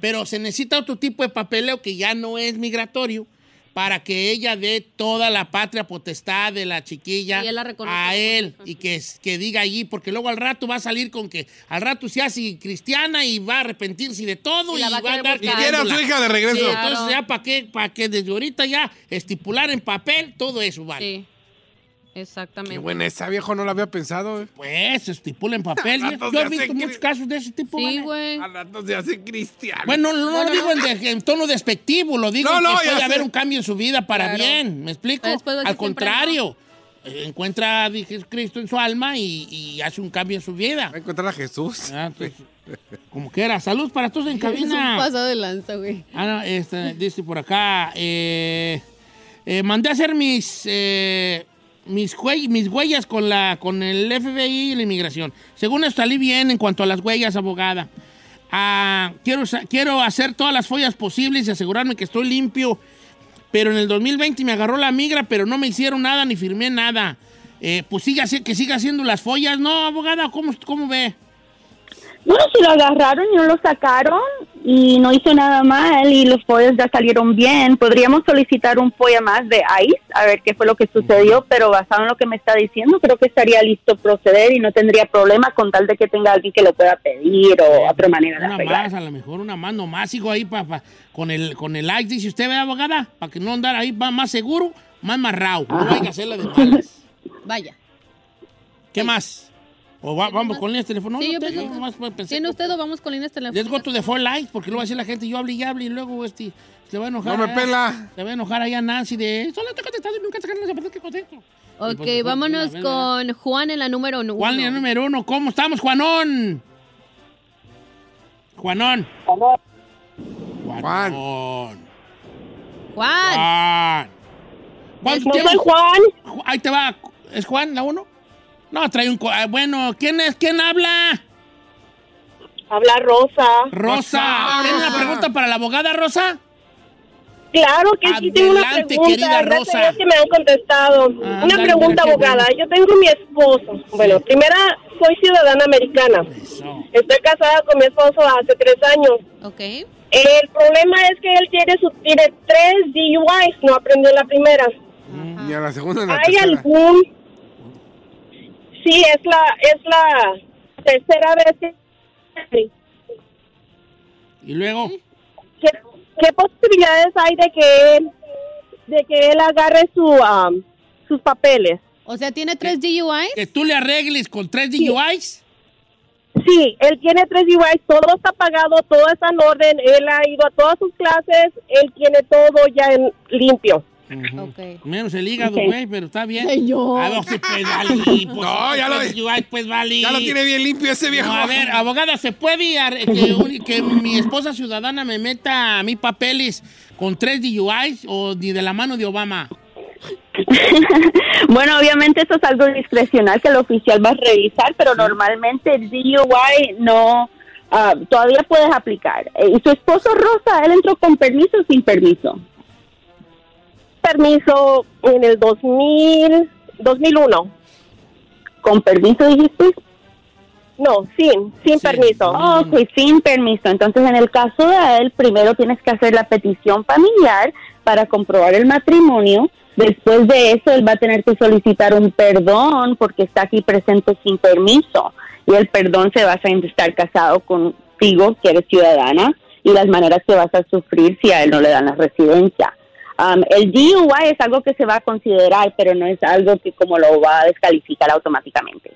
C: pero se necesita otro tipo de papeleo que ya no es migratorio para que ella dé toda la patria potestad de la chiquilla
B: Y él la reconoce.
C: a él y que, que diga allí, porque luego al rato va a salir con que al rato se hace cristiana y va a arrepentirse de todo
B: Y
C: y,
B: la va
C: va
B: a
C: a
B: querer
C: andar
B: buscar. Y quiere a su
C: tirándola.
D: hija de regreso.
C: Sí,
D: Claro.
C: entonces ya para qué, para que desde ahorita ya estipular en papel todo eso, vale.
B: Exactamente.
D: Qué buena esa, viejo, no la había pensado. eh.
C: Pues, estipula en papel.
D: *laughs* Al
C: Yo,
D: rato
C: yo
D: se
C: he visto
D: hace
C: muchos
D: cri-
C: casos de ese tipo.
B: Sí,
C: vale.
B: güey.
D: Al rato se hace cristiano.
C: Bueno, no lo digo en, de- en tono despectivo, lo digo
D: No, no,
C: que
D: ya
C: puede
D: sé.
C: haber un cambio en su vida para
D: Claro.
C: bien, ¿me explico?
B: Después va a decir
C: Al contrario, eh, encuentra a Cristo en su alma y, y hace un cambio en su vida. Va a
D: encontrar a Jesús.
C: como quiera, salud para todos en
B: Es un
C: cabina.
B: pasado de lanza, güey.
C: Ah, no, este, dice por acá. eh, eh, mandé a hacer mis, eh, mis, hue- mis huellas con, la, con el FBI y la inmigración. Según esto, salí bien en cuanto a las huellas, abogada. Ah, quiero, sa- quiero hacer todas las follas posibles y asegurarme que estoy limpio. pero en el 2020 me agarró la migra, pero no me hicieron nada ni firmé nada. Eh, pues siga, haci- que siga haciendo las follas, ¿no, abogada? ¿Cómo, cómo ve?
K: Bueno, si lo agarraron y no lo sacaron y no hizo nada mal y los pollos ya salieron bien, podríamos solicitar un pollo más de ICE a ver qué fue lo que sucedió, pero basado en lo que me está diciendo, creo que estaría listo proceder y no tendría problema con tal de que tenga alguien que lo pueda pedir o otra manera de
C: Una
K: arreglar.
C: más, a lo mejor una más, nomás sigo ahí pa, pa- con el con el like, dice usted, ¿verdad, abogada? Para que no andar ahí va más seguro, más marrao. No hay que hacerla de malas.
B: Vaya.
C: ¿Qué más? O va- vamos con líneas telefónicas.
B: Sí,
C: No, pues, no,
B: yo pienso
C: yo
B: que-
C: nomás puedo pensar
B: ¿Tiene
C: que-
B: usted o vamos con líneas
C: Let's go to
B: telefónicas?
C: the four likes, porque luego va a decir la gente, yo hablé y hablé, y luego este, se va a enojar.
D: No me
C: allá-
D: pela.
C: Se va a enojar allá Nancy de, solo te contestando y nunca te ganas de que contesto. Y
B: Ok,
C: pues, mejor,
B: vámonos
C: una vez,
B: con Juan en la número uno.
C: Juan, línea número uno, ¿cómo estamos, Juanón? Juanón. Juan. Juan.
B: Juan.
C: Juan,
K: No
C: ¿qué-
K: soy Juan.
C: Ju- Ahí te va. ¿Es Juan la uno? No, trae un... co- ah, Bueno, ¿quién es? ¿Quién habla?
K: Habla Rosa.
C: Rosa. ¿Tiene una pregunta para la abogada, Rosa?
K: Claro que sí, tengo una
C: Adelante,
K: pregunta.
C: querida
K: gracias
C: Rosa.
K: a Dios que me han contestado. una
C: dale,
K: pregunta,
C: dale,
K: abogada. Yo tengo mi esposo. Bueno, primera, soy ciudadana americana. Estoy casada con mi esposo hace tres años.
B: Ok.
K: El problema es que él tiene, su, tiene tres DUIs, no aprendió la primera.
D: Ni a la segunda ni a la
K: ¿Hay
D: tercera.
K: algún...? Sí, es la, es la tercera vez que...
C: Y luego...
K: ¿Qué, qué posibilidades hay de que él, de que él agarre su, am, sus papeles?
B: O sea, ¿tiene tres DUIs?
C: Que tú le arregles con tres DUIs.
K: Sí, él tiene tres DUIs, todo está pagado, todo está en orden, él ha ido a todas sus clases, él tiene todo ya en limpio.
C: Menos el hígado,
K: Ok.
C: güey, pero está bien.
K: Señor.
C: Ah, no, sí, pues, vale,
D: *laughs*
C: pues,
D: No, ya lo-
C: pues, ay, pues, vale.
D: Ya lo tiene bien limpio ese viejo.
C: No, a ver, abogada, ¿se puede ar- que, un- que mi esposa ciudadana me meta a mis papeles con tres DUIs o ni de la mano de Obama?
K: *laughs* Bueno, obviamente eso es algo discrecional que el oficial va a revisar, pero normalmente el DUI no, ah, todavía puedes aplicar. Eh, Y su esposo Rosa, él entró con permiso o sin permiso. Permiso en el 2000, 2001. ¿Con permiso dijiste? No, sin, sin permiso. Oh, Ok, sin permiso. Entonces, en el caso de él, primero tienes que hacer la petición familiar para comprobar el matrimonio. Después de eso, él va a tener que solicitar un perdón porque está aquí presente sin permiso. Y el perdón se basa en estar casado contigo, que eres ciudadana, y las maneras que vas a sufrir si a él no le dan la residencia. Um, el DUI es algo que se va a considerar, pero no es algo que como lo va a descalificar automáticamente.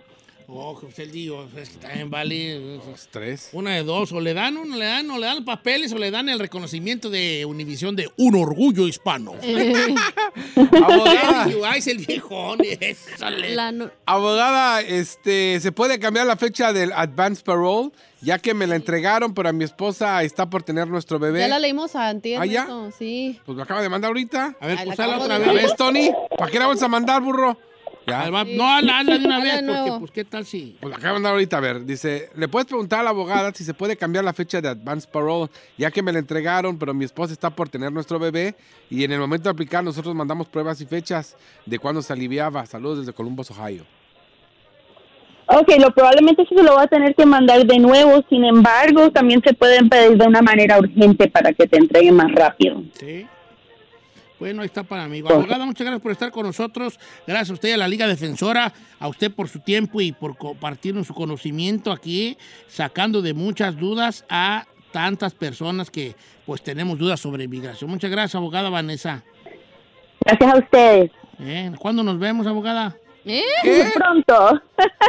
C: Oh, José el DUI, es que también vale. tres. Una de dos, o le dan, uno, le dan, o le dan papeles, o le dan el reconocimiento de Univisión de un orgullo hispano.
K: Eh.
C: *laughs*
D: Abogada.
C: DUIs el viejón, *laughs* ésale.
D: Abogada, este, ¿se puede cambiar la fecha del advance parole? Ya que me la entregaron, pero a mi esposa está por tener nuestro bebé.
B: Ya la leímos antes.
D: ¿Ah, ya?
B: Ernesto, Sí.
D: Pues lo acaba de mandar ahorita. A pues,
C: ver,
B: Ay, la pusala acabo otra de-
D: A
B: vez.
D: ver, Tony, ¿para qué la vamos a mandar, burro? Ya.
C: No, hazla, hazla de una
B: Hazla
C: vez,
B: de
C: porque
B: nuevo.
C: pues qué tal si...
D: Pues la acaba de mandar ahorita, a ver, dice, ¿le puedes preguntar a la abogada si se puede cambiar la fecha de advance parole? Ya que me la entregaron, pero mi esposa está por tener nuestro bebé y en el momento de aplicar nosotros mandamos pruebas y fechas de cuándo se aliviaba. Saludos desde Columbus, Ohio.
K: Ok, lo probablemente sí se lo va a tener que mandar de nuevo, sin embargo, también se pueden pedir de una manera urgente para que te entreguen más rápido.
C: Sí. Bueno, ahí está para mí. Abogada, muchas gracias por estar con nosotros. Gracias a usted, a la Liga Defensora, a usted por su tiempo y por compartirnos su conocimiento aquí, sacando de muchas dudas a tantas personas que pues tenemos dudas sobre inmigración. Muchas gracias, abogada Vanessa.
K: Gracias a ustedes.
C: Eh, ¿Cuándo nos vemos, abogada?
B: ¿Eh?
K: Pronto.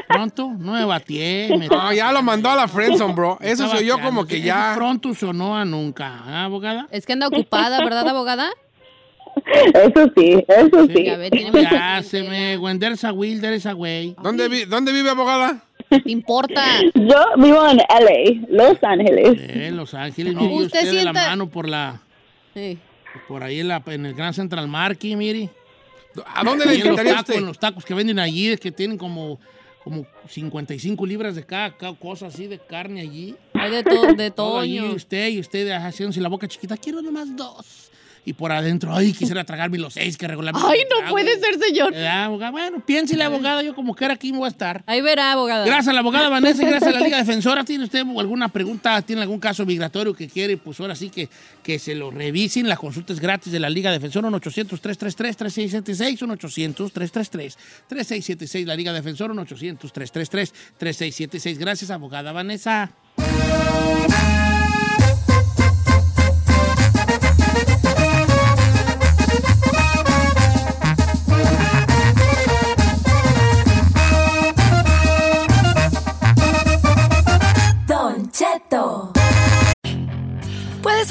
C: ¿Pronto? No me batié. me-
D: No, ya lo mandó a la friendzone, bro. Eso
C: Estaba
D: soy yo
C: bateando.
D: como que
C: Eso
D: ya...
C: Pronto sonó a nunca, ¿Ah, abogada.
B: Es que anda ocupada, ¿verdad, abogada?
K: Eso sí, eso sí.
B: Ya ve, tiene mucha-
C: Ya se me... Wender esa Wilder esa güey.
D: ¿Dónde, vi- ¿Dónde vive, abogada?
B: ¿Te importa?
K: Yo vivo en LA, Los Ángeles.
C: Eh, Los Ángeles, mire
B: Usted
C: usted, de la
B: sienta-
C: mano por la...
B: Sí.
C: Por ahí en, la- en el Gran Central Market, mire.
D: ¿A dónde le
C: Ahí en los
D: invitaría
C: tacos,
D: usted?
C: en los tacos que venden allí, es que tienen como, como 55 libras de cada, cada cosa así de carne allí.
B: Hay de todo, de
C: Todo allí,
B: toño.
C: usted y usted haciéndose la boca chiquita, quiero nomás dos. y por adentro, ay, quisiera tragarme los seis que regularmente.
B: Ay,
C: me
B: no
C: trago".
B: puede ser, señor.
C: ¿Verdad, abogada? Bueno, piénsele, abogada, yo como quiera aquí me voy a estar.
B: Ahí verá, abogada.
C: Gracias a la abogada Vanessa y gracias a
B: *laughs*
C: la Liga Defensora. ¿Tiene usted alguna pregunta? ¿Tiene algún caso migratorio que quiere? Pues ahora sí que, que se lo revisen. La consulta es gratis de la Liga Defensora, 1-800-333-3676, 1-800-333-3676. La Liga Defensora, 1-800-333-3676. Gracias, abogada Vanessa.
F: Don Cheto.
L: Puedes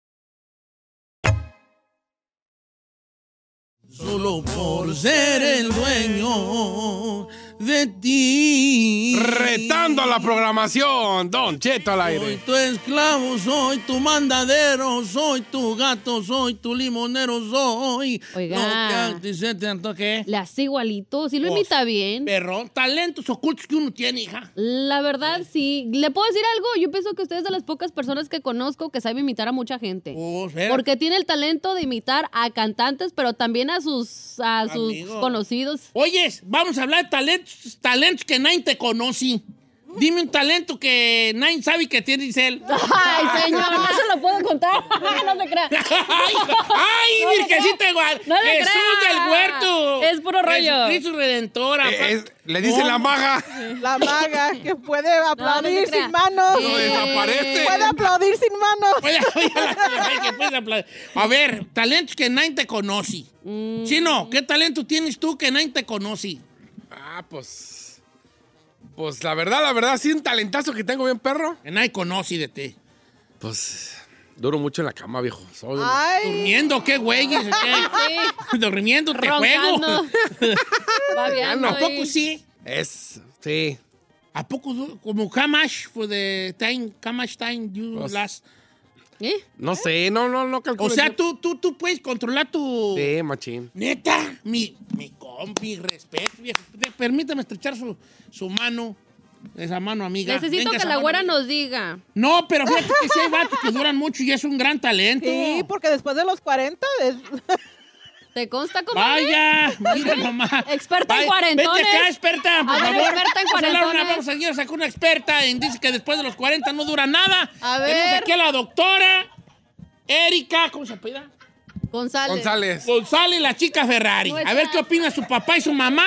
C: Solo por ser el dueño de ti.
D: Retando a la programación, Don Cheto al
C: Soy
D: aire. Eh,
C: tu esclavo, soy tu mandadero, soy tu gato, soy tu limonero, soy.
B: Oiga.
C: No, que a ti se te antoje.
B: Le hace igualito, sí lo
C: Pues,
B: imita bien.
C: Perrón, talentos ocultos que uno tiene, hija.
B: La verdad, sí. ¿Le puedo decir algo? Yo pienso que usted es de las pocas personas que conozco que sabe imitar a mucha gente.
C: espérate.
B: Porque tiene el talento de imitar a cantantes, pero también a sus, a sus
C: Amigo.
B: conocidos.
C: Oyes, vamos a hablar de talentos, talentos que nadie te conoce. Dime un talento que nadie sabe que tiene Isel.
B: *laughs* Ay, señor, no se lo puedo contar. *laughs* no te creas.
C: *laughs* ¡Ay, ay,
B: No le
C: virgencita
B: crea.
C: igual!
B: No le
C: ¡Jesús
B: crea.
C: del huerto!
B: Es puro rollo.
C: Jesucristo Redentora.
D: Eh, es- le dice la maga.
E: La maga que puede aplaudir
B: te creas.
E: sin manos.
D: No desaparece.
E: Puede aplaudir sin manos.
C: Puede- *laughs* oye, la- la- que puede aplaudir. A ver, talentos que nadie te conoce.
B: Mm.
C: Chino, ¿qué talento tienes tú que nadie te conoce?
D: Ah, pues. Pues la verdad, la verdad, sí, un talentazo que tengo bien, perro.
C: Que nadie conoce de ti.
D: Pues. Duro mucho en la cama, viejo. Soy un-
C: Durmiendo, qué güeyes.
B: *laughs*
C: ¿qué? Durmiendo, te
B: Roncando.
C: *laughs* juego.
B: Babeando
C: ¿A poco
B: ahí.
C: sí?
D: Es. Sí.
C: ¿A poco du- como how much for the time, how much time you
D: Pues-
C: last?
B: ¿Eh?
D: No sé, no, no, no calculo.
C: O sea, tú, tú, tú puedes controlar tu...
D: Sí, machín.
C: Neta, mi, mi compi, respeto, viejo. De- Permítame estrechar su, su mano, esa mano amiga.
B: Necesito
C: Venga,
B: que
C: esa
B: la
C: mano
B: güera
C: amiga.
B: nos diga.
C: No, pero fíjate que sí hay vatos que duran mucho y es un gran talento.
E: Sí, porque después de los 40 es- *laughs*
B: ¿Te consta como
C: Vaya, mira nomás.
B: Experta en
C: Vaya,
B: cuarentones.
C: Vete acá, experta, por
B: A ver,
C: favor.
B: experta en
C: Vamos a hablar una-
B: cuarentones.
C: Vamos a seguir, sacar una experta en dice que después de los 40 no dura nada.
B: A
C: Tenemos
B: ver.
C: aquí a la doctora Erika, ¿cómo se apellida?
B: González.
D: González.
C: González, la chica Ferrari. A ver qué opina su papá y su mamá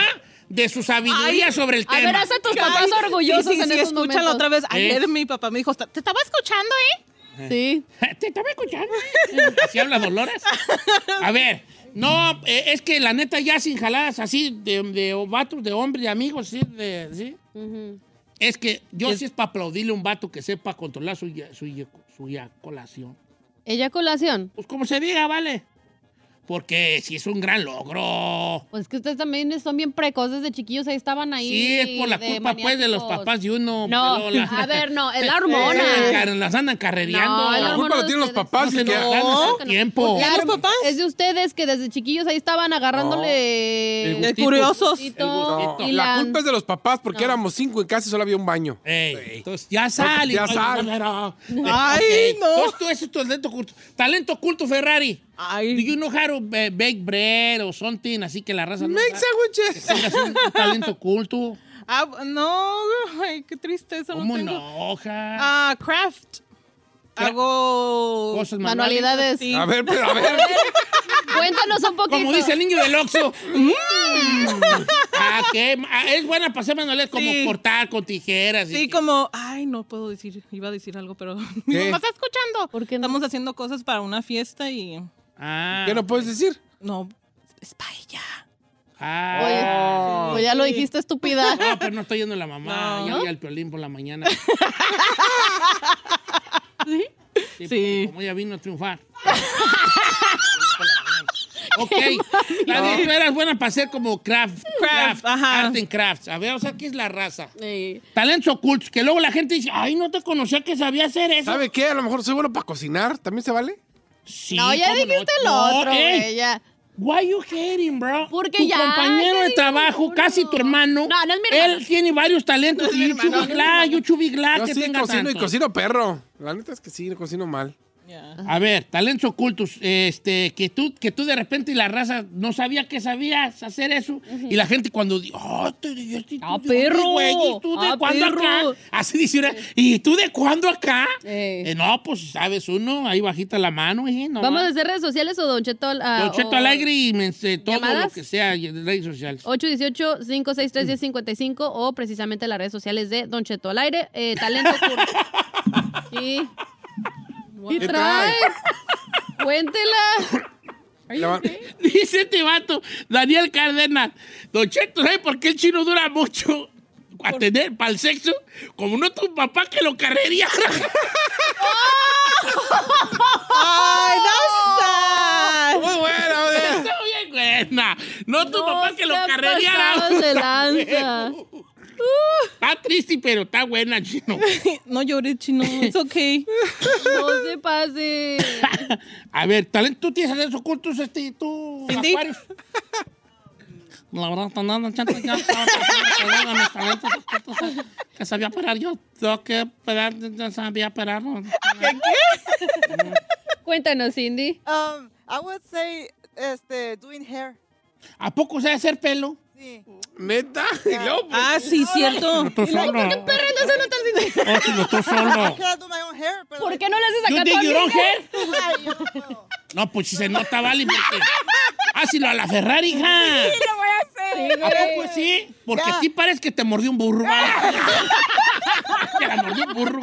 C: de su sabiduría
E: Ay,
C: sobre el
B: a
C: tema. ¿Eh?
B: ver, haz a tus papás
E: Ay, sí,
B: orgullosos
E: sí,
B: en
E: sí,
B: esos
E: escúchalo
B: momentos.
E: otra vez. Ayer
C: Es-
E: mi papá me dijo, te estaba escuchando, ¿eh?
B: Sí.
C: *laughs* ¿Te estaba escuchando? ¿Así habla Dolores? A ver, no, eh, es que la neta ya sin jaladas así de, de vatos, de hombres, de amigos, sí, de- sí.
B: Ujú.
C: Es que yo sí es para aplaudirle a un vato que sepa controlar su, ya- su, ya- su eyaculación.
B: Eyaculación.
C: Pues como se diga, vale. Porque si es un gran logro.
B: Pues que ustedes también son bien precoces de chiquillos, ahí estaban ahí.
C: Sí, es por la
B: de
C: culpa, pues, de los
B: maniáticos.
C: papás de uno.
B: No, *laughs*
C: pero la-
B: a ver, no,
C: *laughs*
B: es la
C: Las andan
B: hormona.
C: car- Las andan carrereando.
B: No, es
D: La
B: hormona
D: culpa
B: de
D: la tienen los
B: ustedes.
C: No,
D: papás.
C: se
D: que
C: nos
D: no.
C: dan
B: Claro
C: el
B: que no.
C: tiempo.
B: La-
E: ¿Los papás?
B: Es de ustedes que desde chiquillos ahí estaban agarrándole.
C: El
E: De
C: gustito.
E: curiosos.
B: gustito,
D: No,
B: Eh, y
D: la
B: la-
D: culpa es de los papás porque
B: No.
D: éramos cinco en casa y solo había un baño.
C: Ey, entonces ya sale.
D: Ya
C: Ay, no,
D: sale.
C: no, no.
E: Ay,
C: Eh, Ok,
E: no.
C: Entonces tú ese es tu talento oculto. Talento oculto, Ferrari. Do
E: Ay,
C: you know how to ba- bake bread o something? Así que la raza no
D: Make
C: sabe
D: sandwiches.
C: que tengas un talento oculto.
E: ah, no, *laughs* ay, qué tristeza.
C: ¿Cómo
E: no tengo.
C: no, hoja?
E: Ah, craft. Hago
C: Cosas
E: manualidades.
C: manuales. A ver, pero
E: *laughs*
C: a ver.
B: Cuéntanos un poquito.
C: Como dice el niño del Oxxo. Mm. Ah, ¿qué? Ah, Es buena para hacer manualidades, como
E: Sí.
C: cortar con tijeras. y-
E: Sí, como, ay, no puedo decir, iba a decir algo, pero *laughs* mi
C: ¿Qué?
E: mamá está escuchando. Estamos haciendo cosas para una fiesta y
C: Ah,
D: ¿Qué no puedes decir?
E: no.
C: Ah.
B: Pues ya lo dijiste, estúpida.
C: No, pero no estoy yendo a la mamá.
B: No.
C: Yo voy al piolín por la mañana. ¿Sí? porque Como ella vino a triunfar.
B: *laughs*
C: ok. La
E: mami.
C: de tú eras buena para hacer como craft.
E: Craft,
C: Craft,
E: ajá.
C: art and crafts. A ver, o sea, ¿qué es la raza? Talentos ocultos, que luego la gente dice, ay, no te conocía que sabía hacer eso.
D: ¿Sabe qué? A lo mejor soy bueno para cocinar. ¿También se vale?
C: Sí,
B: no, ya
C: cómo no.
B: dijiste
C: No,
B: lo otro,
C: ey.
B: güey. ya.
C: Why you hating, bro?
B: Porque
C: tu
B: ya,
C: compañero
B: ya
C: de
B: dijo
C: trabajo, casi tu hermano.
B: No, no es mi hermano.
C: Él tiene
B: *laughs*
C: varios talentos. y yo
D: hermano, no
C: chubi
D: es mi
C: glad, yo chubi glad
D: Yo
C: que
D: sí
C: tenga
D: cocino y
C: tantos.
D: cocino perro. La neta es que sí, cocino mal.
C: A ver, talentos ocultos. Este, que tú, que tú de repente y la raza no sabía que sabías hacer eso. Y la gente cuando dice, oh, te divertí.
B: ¡Ah, perro!
C: Güey, ¿y tú de
B: ¡Ah,
C: cuándo
B: perro!
C: acá? Así dice una, ¿y tú de cuándo acá?
B: Eh.
C: Eh, no, pues sabes uno, ahí bajita la mano, eh, no
B: Vamos a
C: más.
B: hacer redes sociales o Don Cheto ah,
C: Don Cheto
B: o-
C: Alegre y men- eh, todo lo
B: ¿Llamadas?
C: que sea, y redes sociales.
B: 818-563-1055 o precisamente las redes sociales de Don Cheto al aire. Eh, talento Cur- ¿Qué? ¿Qué
D: ¿Qué
B: trae?
C: *coughs*
B: Cuéntela.
D: Levan-
C: Dice este vato, Daniel Cárdenas, Don Cheto, ¿sabe por qué el chino dura mucho a tener para el sexo? Como no tu papá que lo carrería.
E: ¡Ay,
C: *laughs*
E: that's sad!
D: Muy buena, güey.
C: Está bien buena. No tu
B: No
C: papá que lo
B: se ha
C: carrería.
B: pasado de lanza.
C: Está triste, pero está buena, chino.
E: *laughs* No llores, chino. It's okay.
B: No se pase.
C: A ver, talento, tú tienes talentos ocultos, este, tú,
E: Sí, sí.
C: Acuario. La verdad, tan nada, chanta, ya estaba cansado de mis talentos ocultos, eh, que sabía parar yo. Tengo que parar, ya sabía parar. no.
B: Cuéntanos, Cindy.
M: Um, I would say, este, doing hair.
C: ¿A poco sabe hacer pelo?
M: Sí. *laughs*
D: Neta. Y luego, pues,
E: Ah, sí, cierto.
C: Tú solo.
B: Perra, no se nota el Cindy.
C: Oh, chino, tú solo.
M: I cannot do my own hair, pero.
B: ¿Por qué no le haces
C: ¿You
B: acá
C: did
B: todo
C: your own
B: bien?
C: hair?
M: Ay, yo no puedo.
C: No, pues si se nota, vale, porque... ah, Házelo a la Ferrari, hija.
M: Sí, lo voy a hacer.
C: ¿A poco sí? Porque
M: Ya.
C: sí parece que te mordió un burro. ¿vale? *laughs* Te la mordió un burro.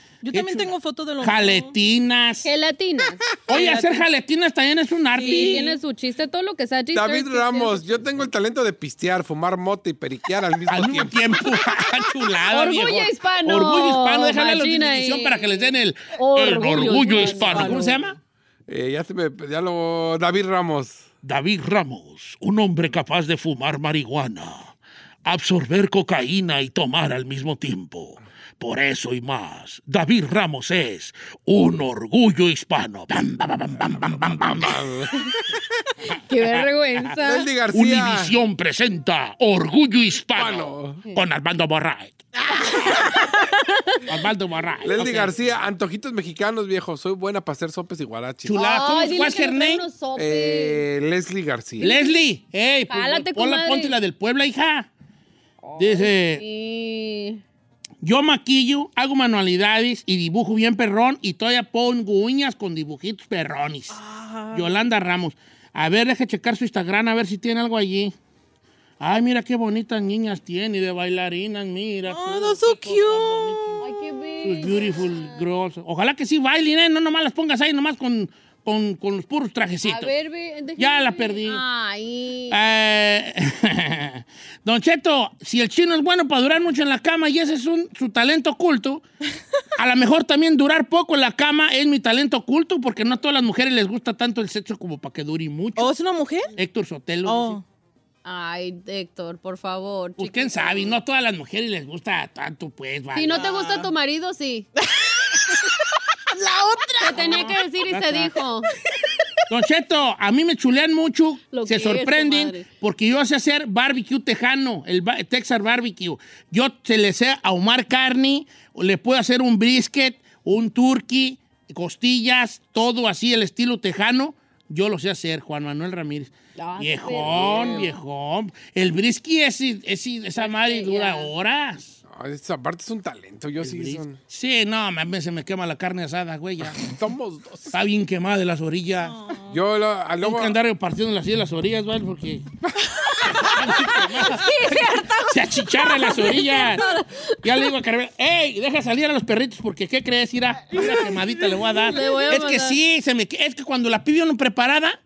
E: Yo
C: Qué
E: también
C: chula.
E: tengo foto de los.
C: jaletinas.
B: Gelatinas.
C: Oye, hacer jaletinas también es un arte.
B: Sí, tiene su chiste, todo lo que sea chiste.
D: David
B: chiste.
D: Ramos, yo tengo el talento de pistear, fumar mote y periquear al mismo
C: Al mismo
D: tiempo.
C: tiempo, *laughs* Ah, chulada,
B: Orgullo
C: viejo.
B: hispano.
C: Orgullo hispano, déjale la
B: Imagina
C: definición
B: ahí.
C: para que les den el
B: Orgullo
C: el orgullo, hispano.
B: hispano.
C: ¿Cómo se llama?
D: Eh, ya se me. Ya lo. David Ramos.
C: David Ramos, un hombre capaz de fumar marihuana, absorber cocaína y tomar al mismo tiempo. Por eso y más, David Ramos es un orgullo hispano. Bam, bam, bam, bam, bam, bam, bam. *laughs*
B: Qué vergüenza.
D: Nelly García.
C: Univisión presenta Orgullo Hispano
D: Hispano.
C: con Armando
D: *laughs*
C: Borray. Armando Borray.
D: Leslie
C: ok.
D: García, antojitos mexicanos, viejo. Soy buena para hacer sopes y guaraches.
C: Chulada, ¿cómo
B: Ay,
C: es?
B: dile
C: What's
B: que
C: her
B: nos traiga
C: name?
B: unos sopes.
D: Eh, Leslie García.
C: Leslie, hey,
B: Pálate,
C: ponla,
B: comadre.
C: ponte la del Puebla, hija. Dice,
B: Sí.
C: yo maquillo, hago manualidades y dibujo bien perrón y todavía pongo uñas con dibujitos perrones.
D: Ah.
C: Yolanda Ramos. A ver, deja checar su Instagram a ver si tiene algo allí. Ay, mira qué bonitas niñas tiene de bailarinas, mira.
E: Oh,
C: todo
E: that's so
C: qué cosa
E: cute.
C: bonita.
B: Ay, qué
C: Sus
B: bello.
C: beautiful girls. Ojalá que sí bailen, ¿eh? No nomás las pongas ahí, nomás con, con, con los puros
B: A
C: trajecitos.
B: ver, ve, déjame
C: Ya la
B: ver.
C: perdí.
B: Ay.
C: Eh, *laughs* Don Cheto, si el chino es bueno para durar mucho en la cama y ese es un- su
E: *laughs*
C: talento oculto, a lo mejor también durar poco en la cama es mi talento oculto porque no a todas las mujeres les gusta tanto el sexo como para que dure mucho.
E: ¿Oh, es una mujer?
C: Héctor Sotelo.
E: Oh.
B: Ay, Héctor, por favor.
C: dice, Pues quién sabe, no a todas las mujeres les gusta tanto, pues.
B: Si
C: vaya.
B: no te gusta tu marido,
C: *laughs*
B: sí. La otra. Te tenía que decir y te dijo.
C: Don Cheto, a mí me chulean mucho,
B: Lo
C: se
B: que es,
C: sorprenden,
B: comadre.
C: porque yo sé hacer barbecue tejano, el ba- Texas barbecue. Yo se le sé ahumar carne, o le puedo hacer un brisket, un turkey, costillas, todo así, el estilo tejano. Yo lo sé hacer, Juan Manuel Ramírez.
B: Ah,
C: Viejón,
B: pero-
C: viejón. El brisky es, es- esa
B: Pues
C: madre dura horas.
D: Esa parte Ah, es un talento, yo sí. Son...
C: Sí, no, me, se me quema la carne asada, güey.
D: *laughs*
C: ya. Está bien quemada de las orillas.
D: Yo lo,
C: Tengo que andar repartiendo así de las orillas, ¿vale? Porque
B: *laughs*
C: *laughs*
B: Sí, cierto.
C: se achicharra
B: *laughs*
C: las orillas. Ya le digo a Carmen, ¡ey! Deja salir a los perritos porque ¿qué crees? Ira, esa quemadita le voy a dar.
B: Le voy a
C: es que
B: mandar.
C: sí, se me, que- es que cuando la pidió no preparada,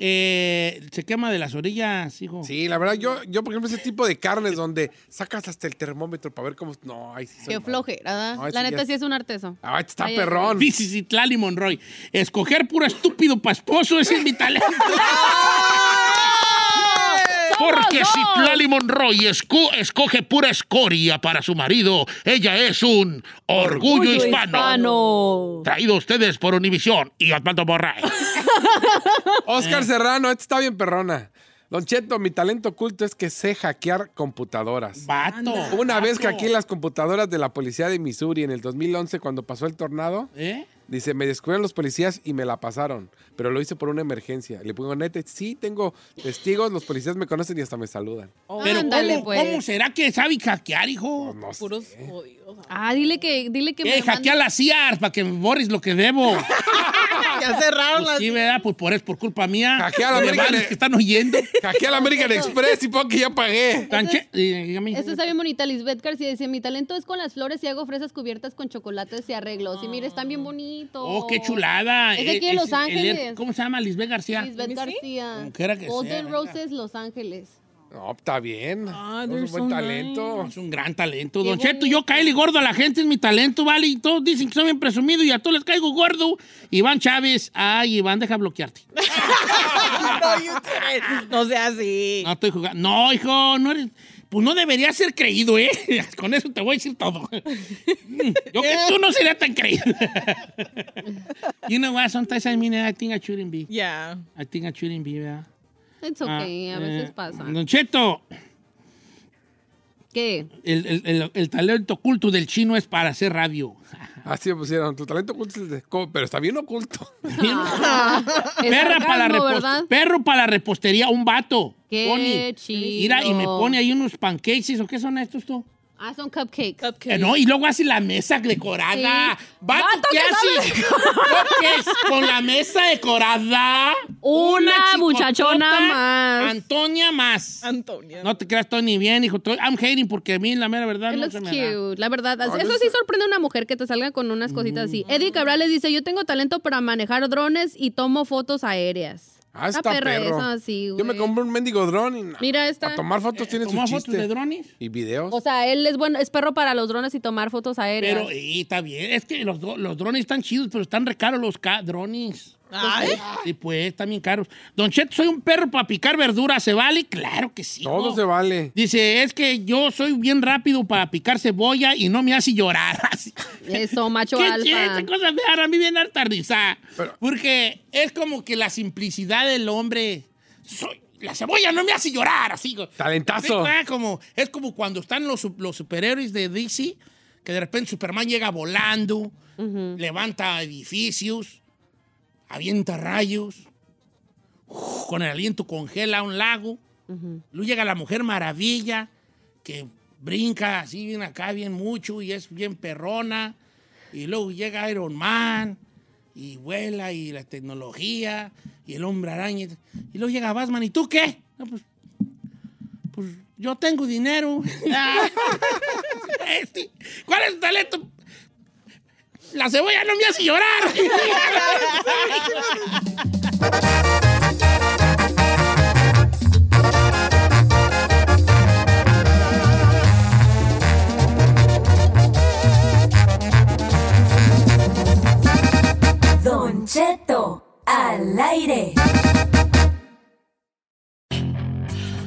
C: eh, se quema de las orillas, hijo.
D: Sí, la verdad, yo, yo, por ejemplo, ese tipo de carnes donde sacas hasta el termómetro para ver cómo. No, ay, sí. soy
B: Qué
D: malo.
B: flojera, ¿verdad?
D: Ay,
B: La
D: sí,
B: neta
D: ya-
B: sí es un arteso.
C: Ah,
D: Ay, está
B: Ay, ay,
D: perrón.
C: Tlali Monroy. Escoger puro estúpido pa' esposo, ese es mi
B: *laughs*
C: talento. Porque si Tlali Monroy esco- escoge pura escoria para su marido, ella es un orgullo,
B: Orgullo
C: hispano.
B: hispano.
C: Traído a ustedes por Univisión y Osvaldo Borraes. Eh.
D: Oscar Serrano, esta está bien perrona. Don Cheto, mi talento oculto es que sé hackear computadoras.
C: Vato.
D: Una
C: vato.
D: vez que aquí las computadoras de la policía de Missouri en el 2011, cuando pasó el tornado,
C: ¿Eh?
D: dice, me descubrieron los policías y me la pasaron, pero lo hice por una emergencia. Le pongo neta, sí, tengo testigos, los policías me conocen y hasta me saludan.
C: Pero
B: Ándale,
C: ¿cómo,
B: pues.
C: cómo será que sabe hackear,
D: Pues
C: hijo?
B: Ah, dile que, dile que
C: Eh,
B: me mande-
C: hackea las CIAR para que me borres lo que
D: *laughs*
C: debo.
B: Ya cerraron
C: Pues
B: las
C: sí, ¿verdad? Pues por eso, por culpa mía.
D: Hackea la
C: Me
D: American- E-
C: vales que están oyendo.
D: Hackea la American Express y pon que ya pagué.
C: Tan che- eh, dígame.
B: Esta está bien bonita, Lisbeth García dice, mi talento es con las flores y hago fresas cubiertas con chocolates y arreglos. Y mire, están bien bonitos.
C: Oh, qué chulada.
B: Es de aquí de
C: Eh,
B: Los
C: el-
B: Ángeles.
C: ¿Cómo se llama? Lisbeth García.
B: Lisbeth García.
C: Como quiera que sea,
B: Golden
C: venga.
B: Roses, Los Ángeles.
D: No, está bien. es un
B: they're
D: buen
B: so
D: talento.
C: Es un gran talento.
B: Ah, Qué
C: Don Cheto, yo caíle gordo a la gente, es mi talento, ¿vale? Y todos dicen que soy bien presumido y a todos les caigo gordo. Iván Chávez, ay, Iván,
E: *laughs*
C: deja bloquearte.
E: No sea así.
C: No estoy jugando. No, hijo, no eres. Pues no debería ser creído, ¿eh? *laughs* Con eso te voy a decir todo. Mm, Yo que tú no sería tan creído. *laughs* you know what? Sometimes I mean, I think I shouldn't be.
E: Yeah.
C: I think I shouldn't be, ¿verdad?
B: It's okay,
C: Ah,
B: a veces
C: eh,
B: pasa.
C: Don Cheto,
B: ¿Qué?
C: el, el- el- el talento oculto del chino es para hacer radio.
D: Así pusieron, tu talento oculto es el de co- pero está
C: *laughs*
D: bien oculto.
B: Ah. Es
C: Perra para la
B: sarcasmo,
C: repos-
B: ¿verdad?
C: Perro para la repostería, un vato.
B: Qué
C: Pone.
B: chido.
C: Mira, y me pone ahí unos pancakes, ¿o qué son estos tú?
B: Ah, son cupcakes.
C: Eh, no, y luego hace la mesa decorada.
B: Sí.
C: Vato,
B: Vato
C: ¿qué
B: que
C: haces? Cupcakes con la mesa decorada.
B: Una
C: chicotota,
B: muchachona más.
C: Antonia más.
E: Antonia.
C: No te creas, Tony, bien, hijo. Estoy- I'm hating porque a mí, la mera verdad,
B: It
C: no
B: looks
C: se me da.
B: cute, la verdad.
C: No,
B: eso
C: yo
B: sí
C: sé. Mm.
B: sorprende a una mujer que te salga con unas cositas así. Eddie Cabral les dice, yo tengo talento para manejar drones y tomo fotos aéreas.
D: Ah,
B: Esta
D: está perro.
B: esa, sí,
D: Yo me
B: güey.
D: compro un mendigo dron y na-
B: Mira esta.
D: para tomar fotos tiene su
C: ¿tomar
D: chiste.
C: fotos de drones?
D: Y videos.
B: O sea, él es bueno, es perro para los drones y tomar fotos aéreas.
C: Pero, y está bien. Es que los, do- los drones están chidos, pero están re caros los ca- drones.
E: Ay.
C: Sí, pues, están bien caros. Don Cheto, soy un perro para picar verduras. ¿Se vale? Claro que sí.
D: Todo
C: hijo.
D: se vale.
C: Dice, es que yo soy bien rápido para picar cebolla y no me hace llorar. *laughs* Así. *laughs*
B: Eso, macho
C: eh, ¿Qué
B: alfa.
C: chiste? Cosas me dan a mí bien harta risa. Porque es como que la simplicidad del hombre. Soy, la cebolla no me hace llorar, así.
D: Talentazo.
C: Ah, como, es como cuando están los, su- los superhéroes de DC, que de repente Superman llega volando, levanta edificios, avienta rayos, uf, con el aliento congela un lago. Luego llega la Mujer Maravilla, que brinca así bien acá, bien mucho, y es bien perrona. Y luego llega Iron Man, y vuela, y la tecnología, y el hombre araña. Y luego llega Batman, ¿y tú qué? No, pues, pues, yo tengo dinero. *laughs* Este, ¿Cuál es tu talento? La cebolla no me hace llorar.
F: Don Cheto al aire.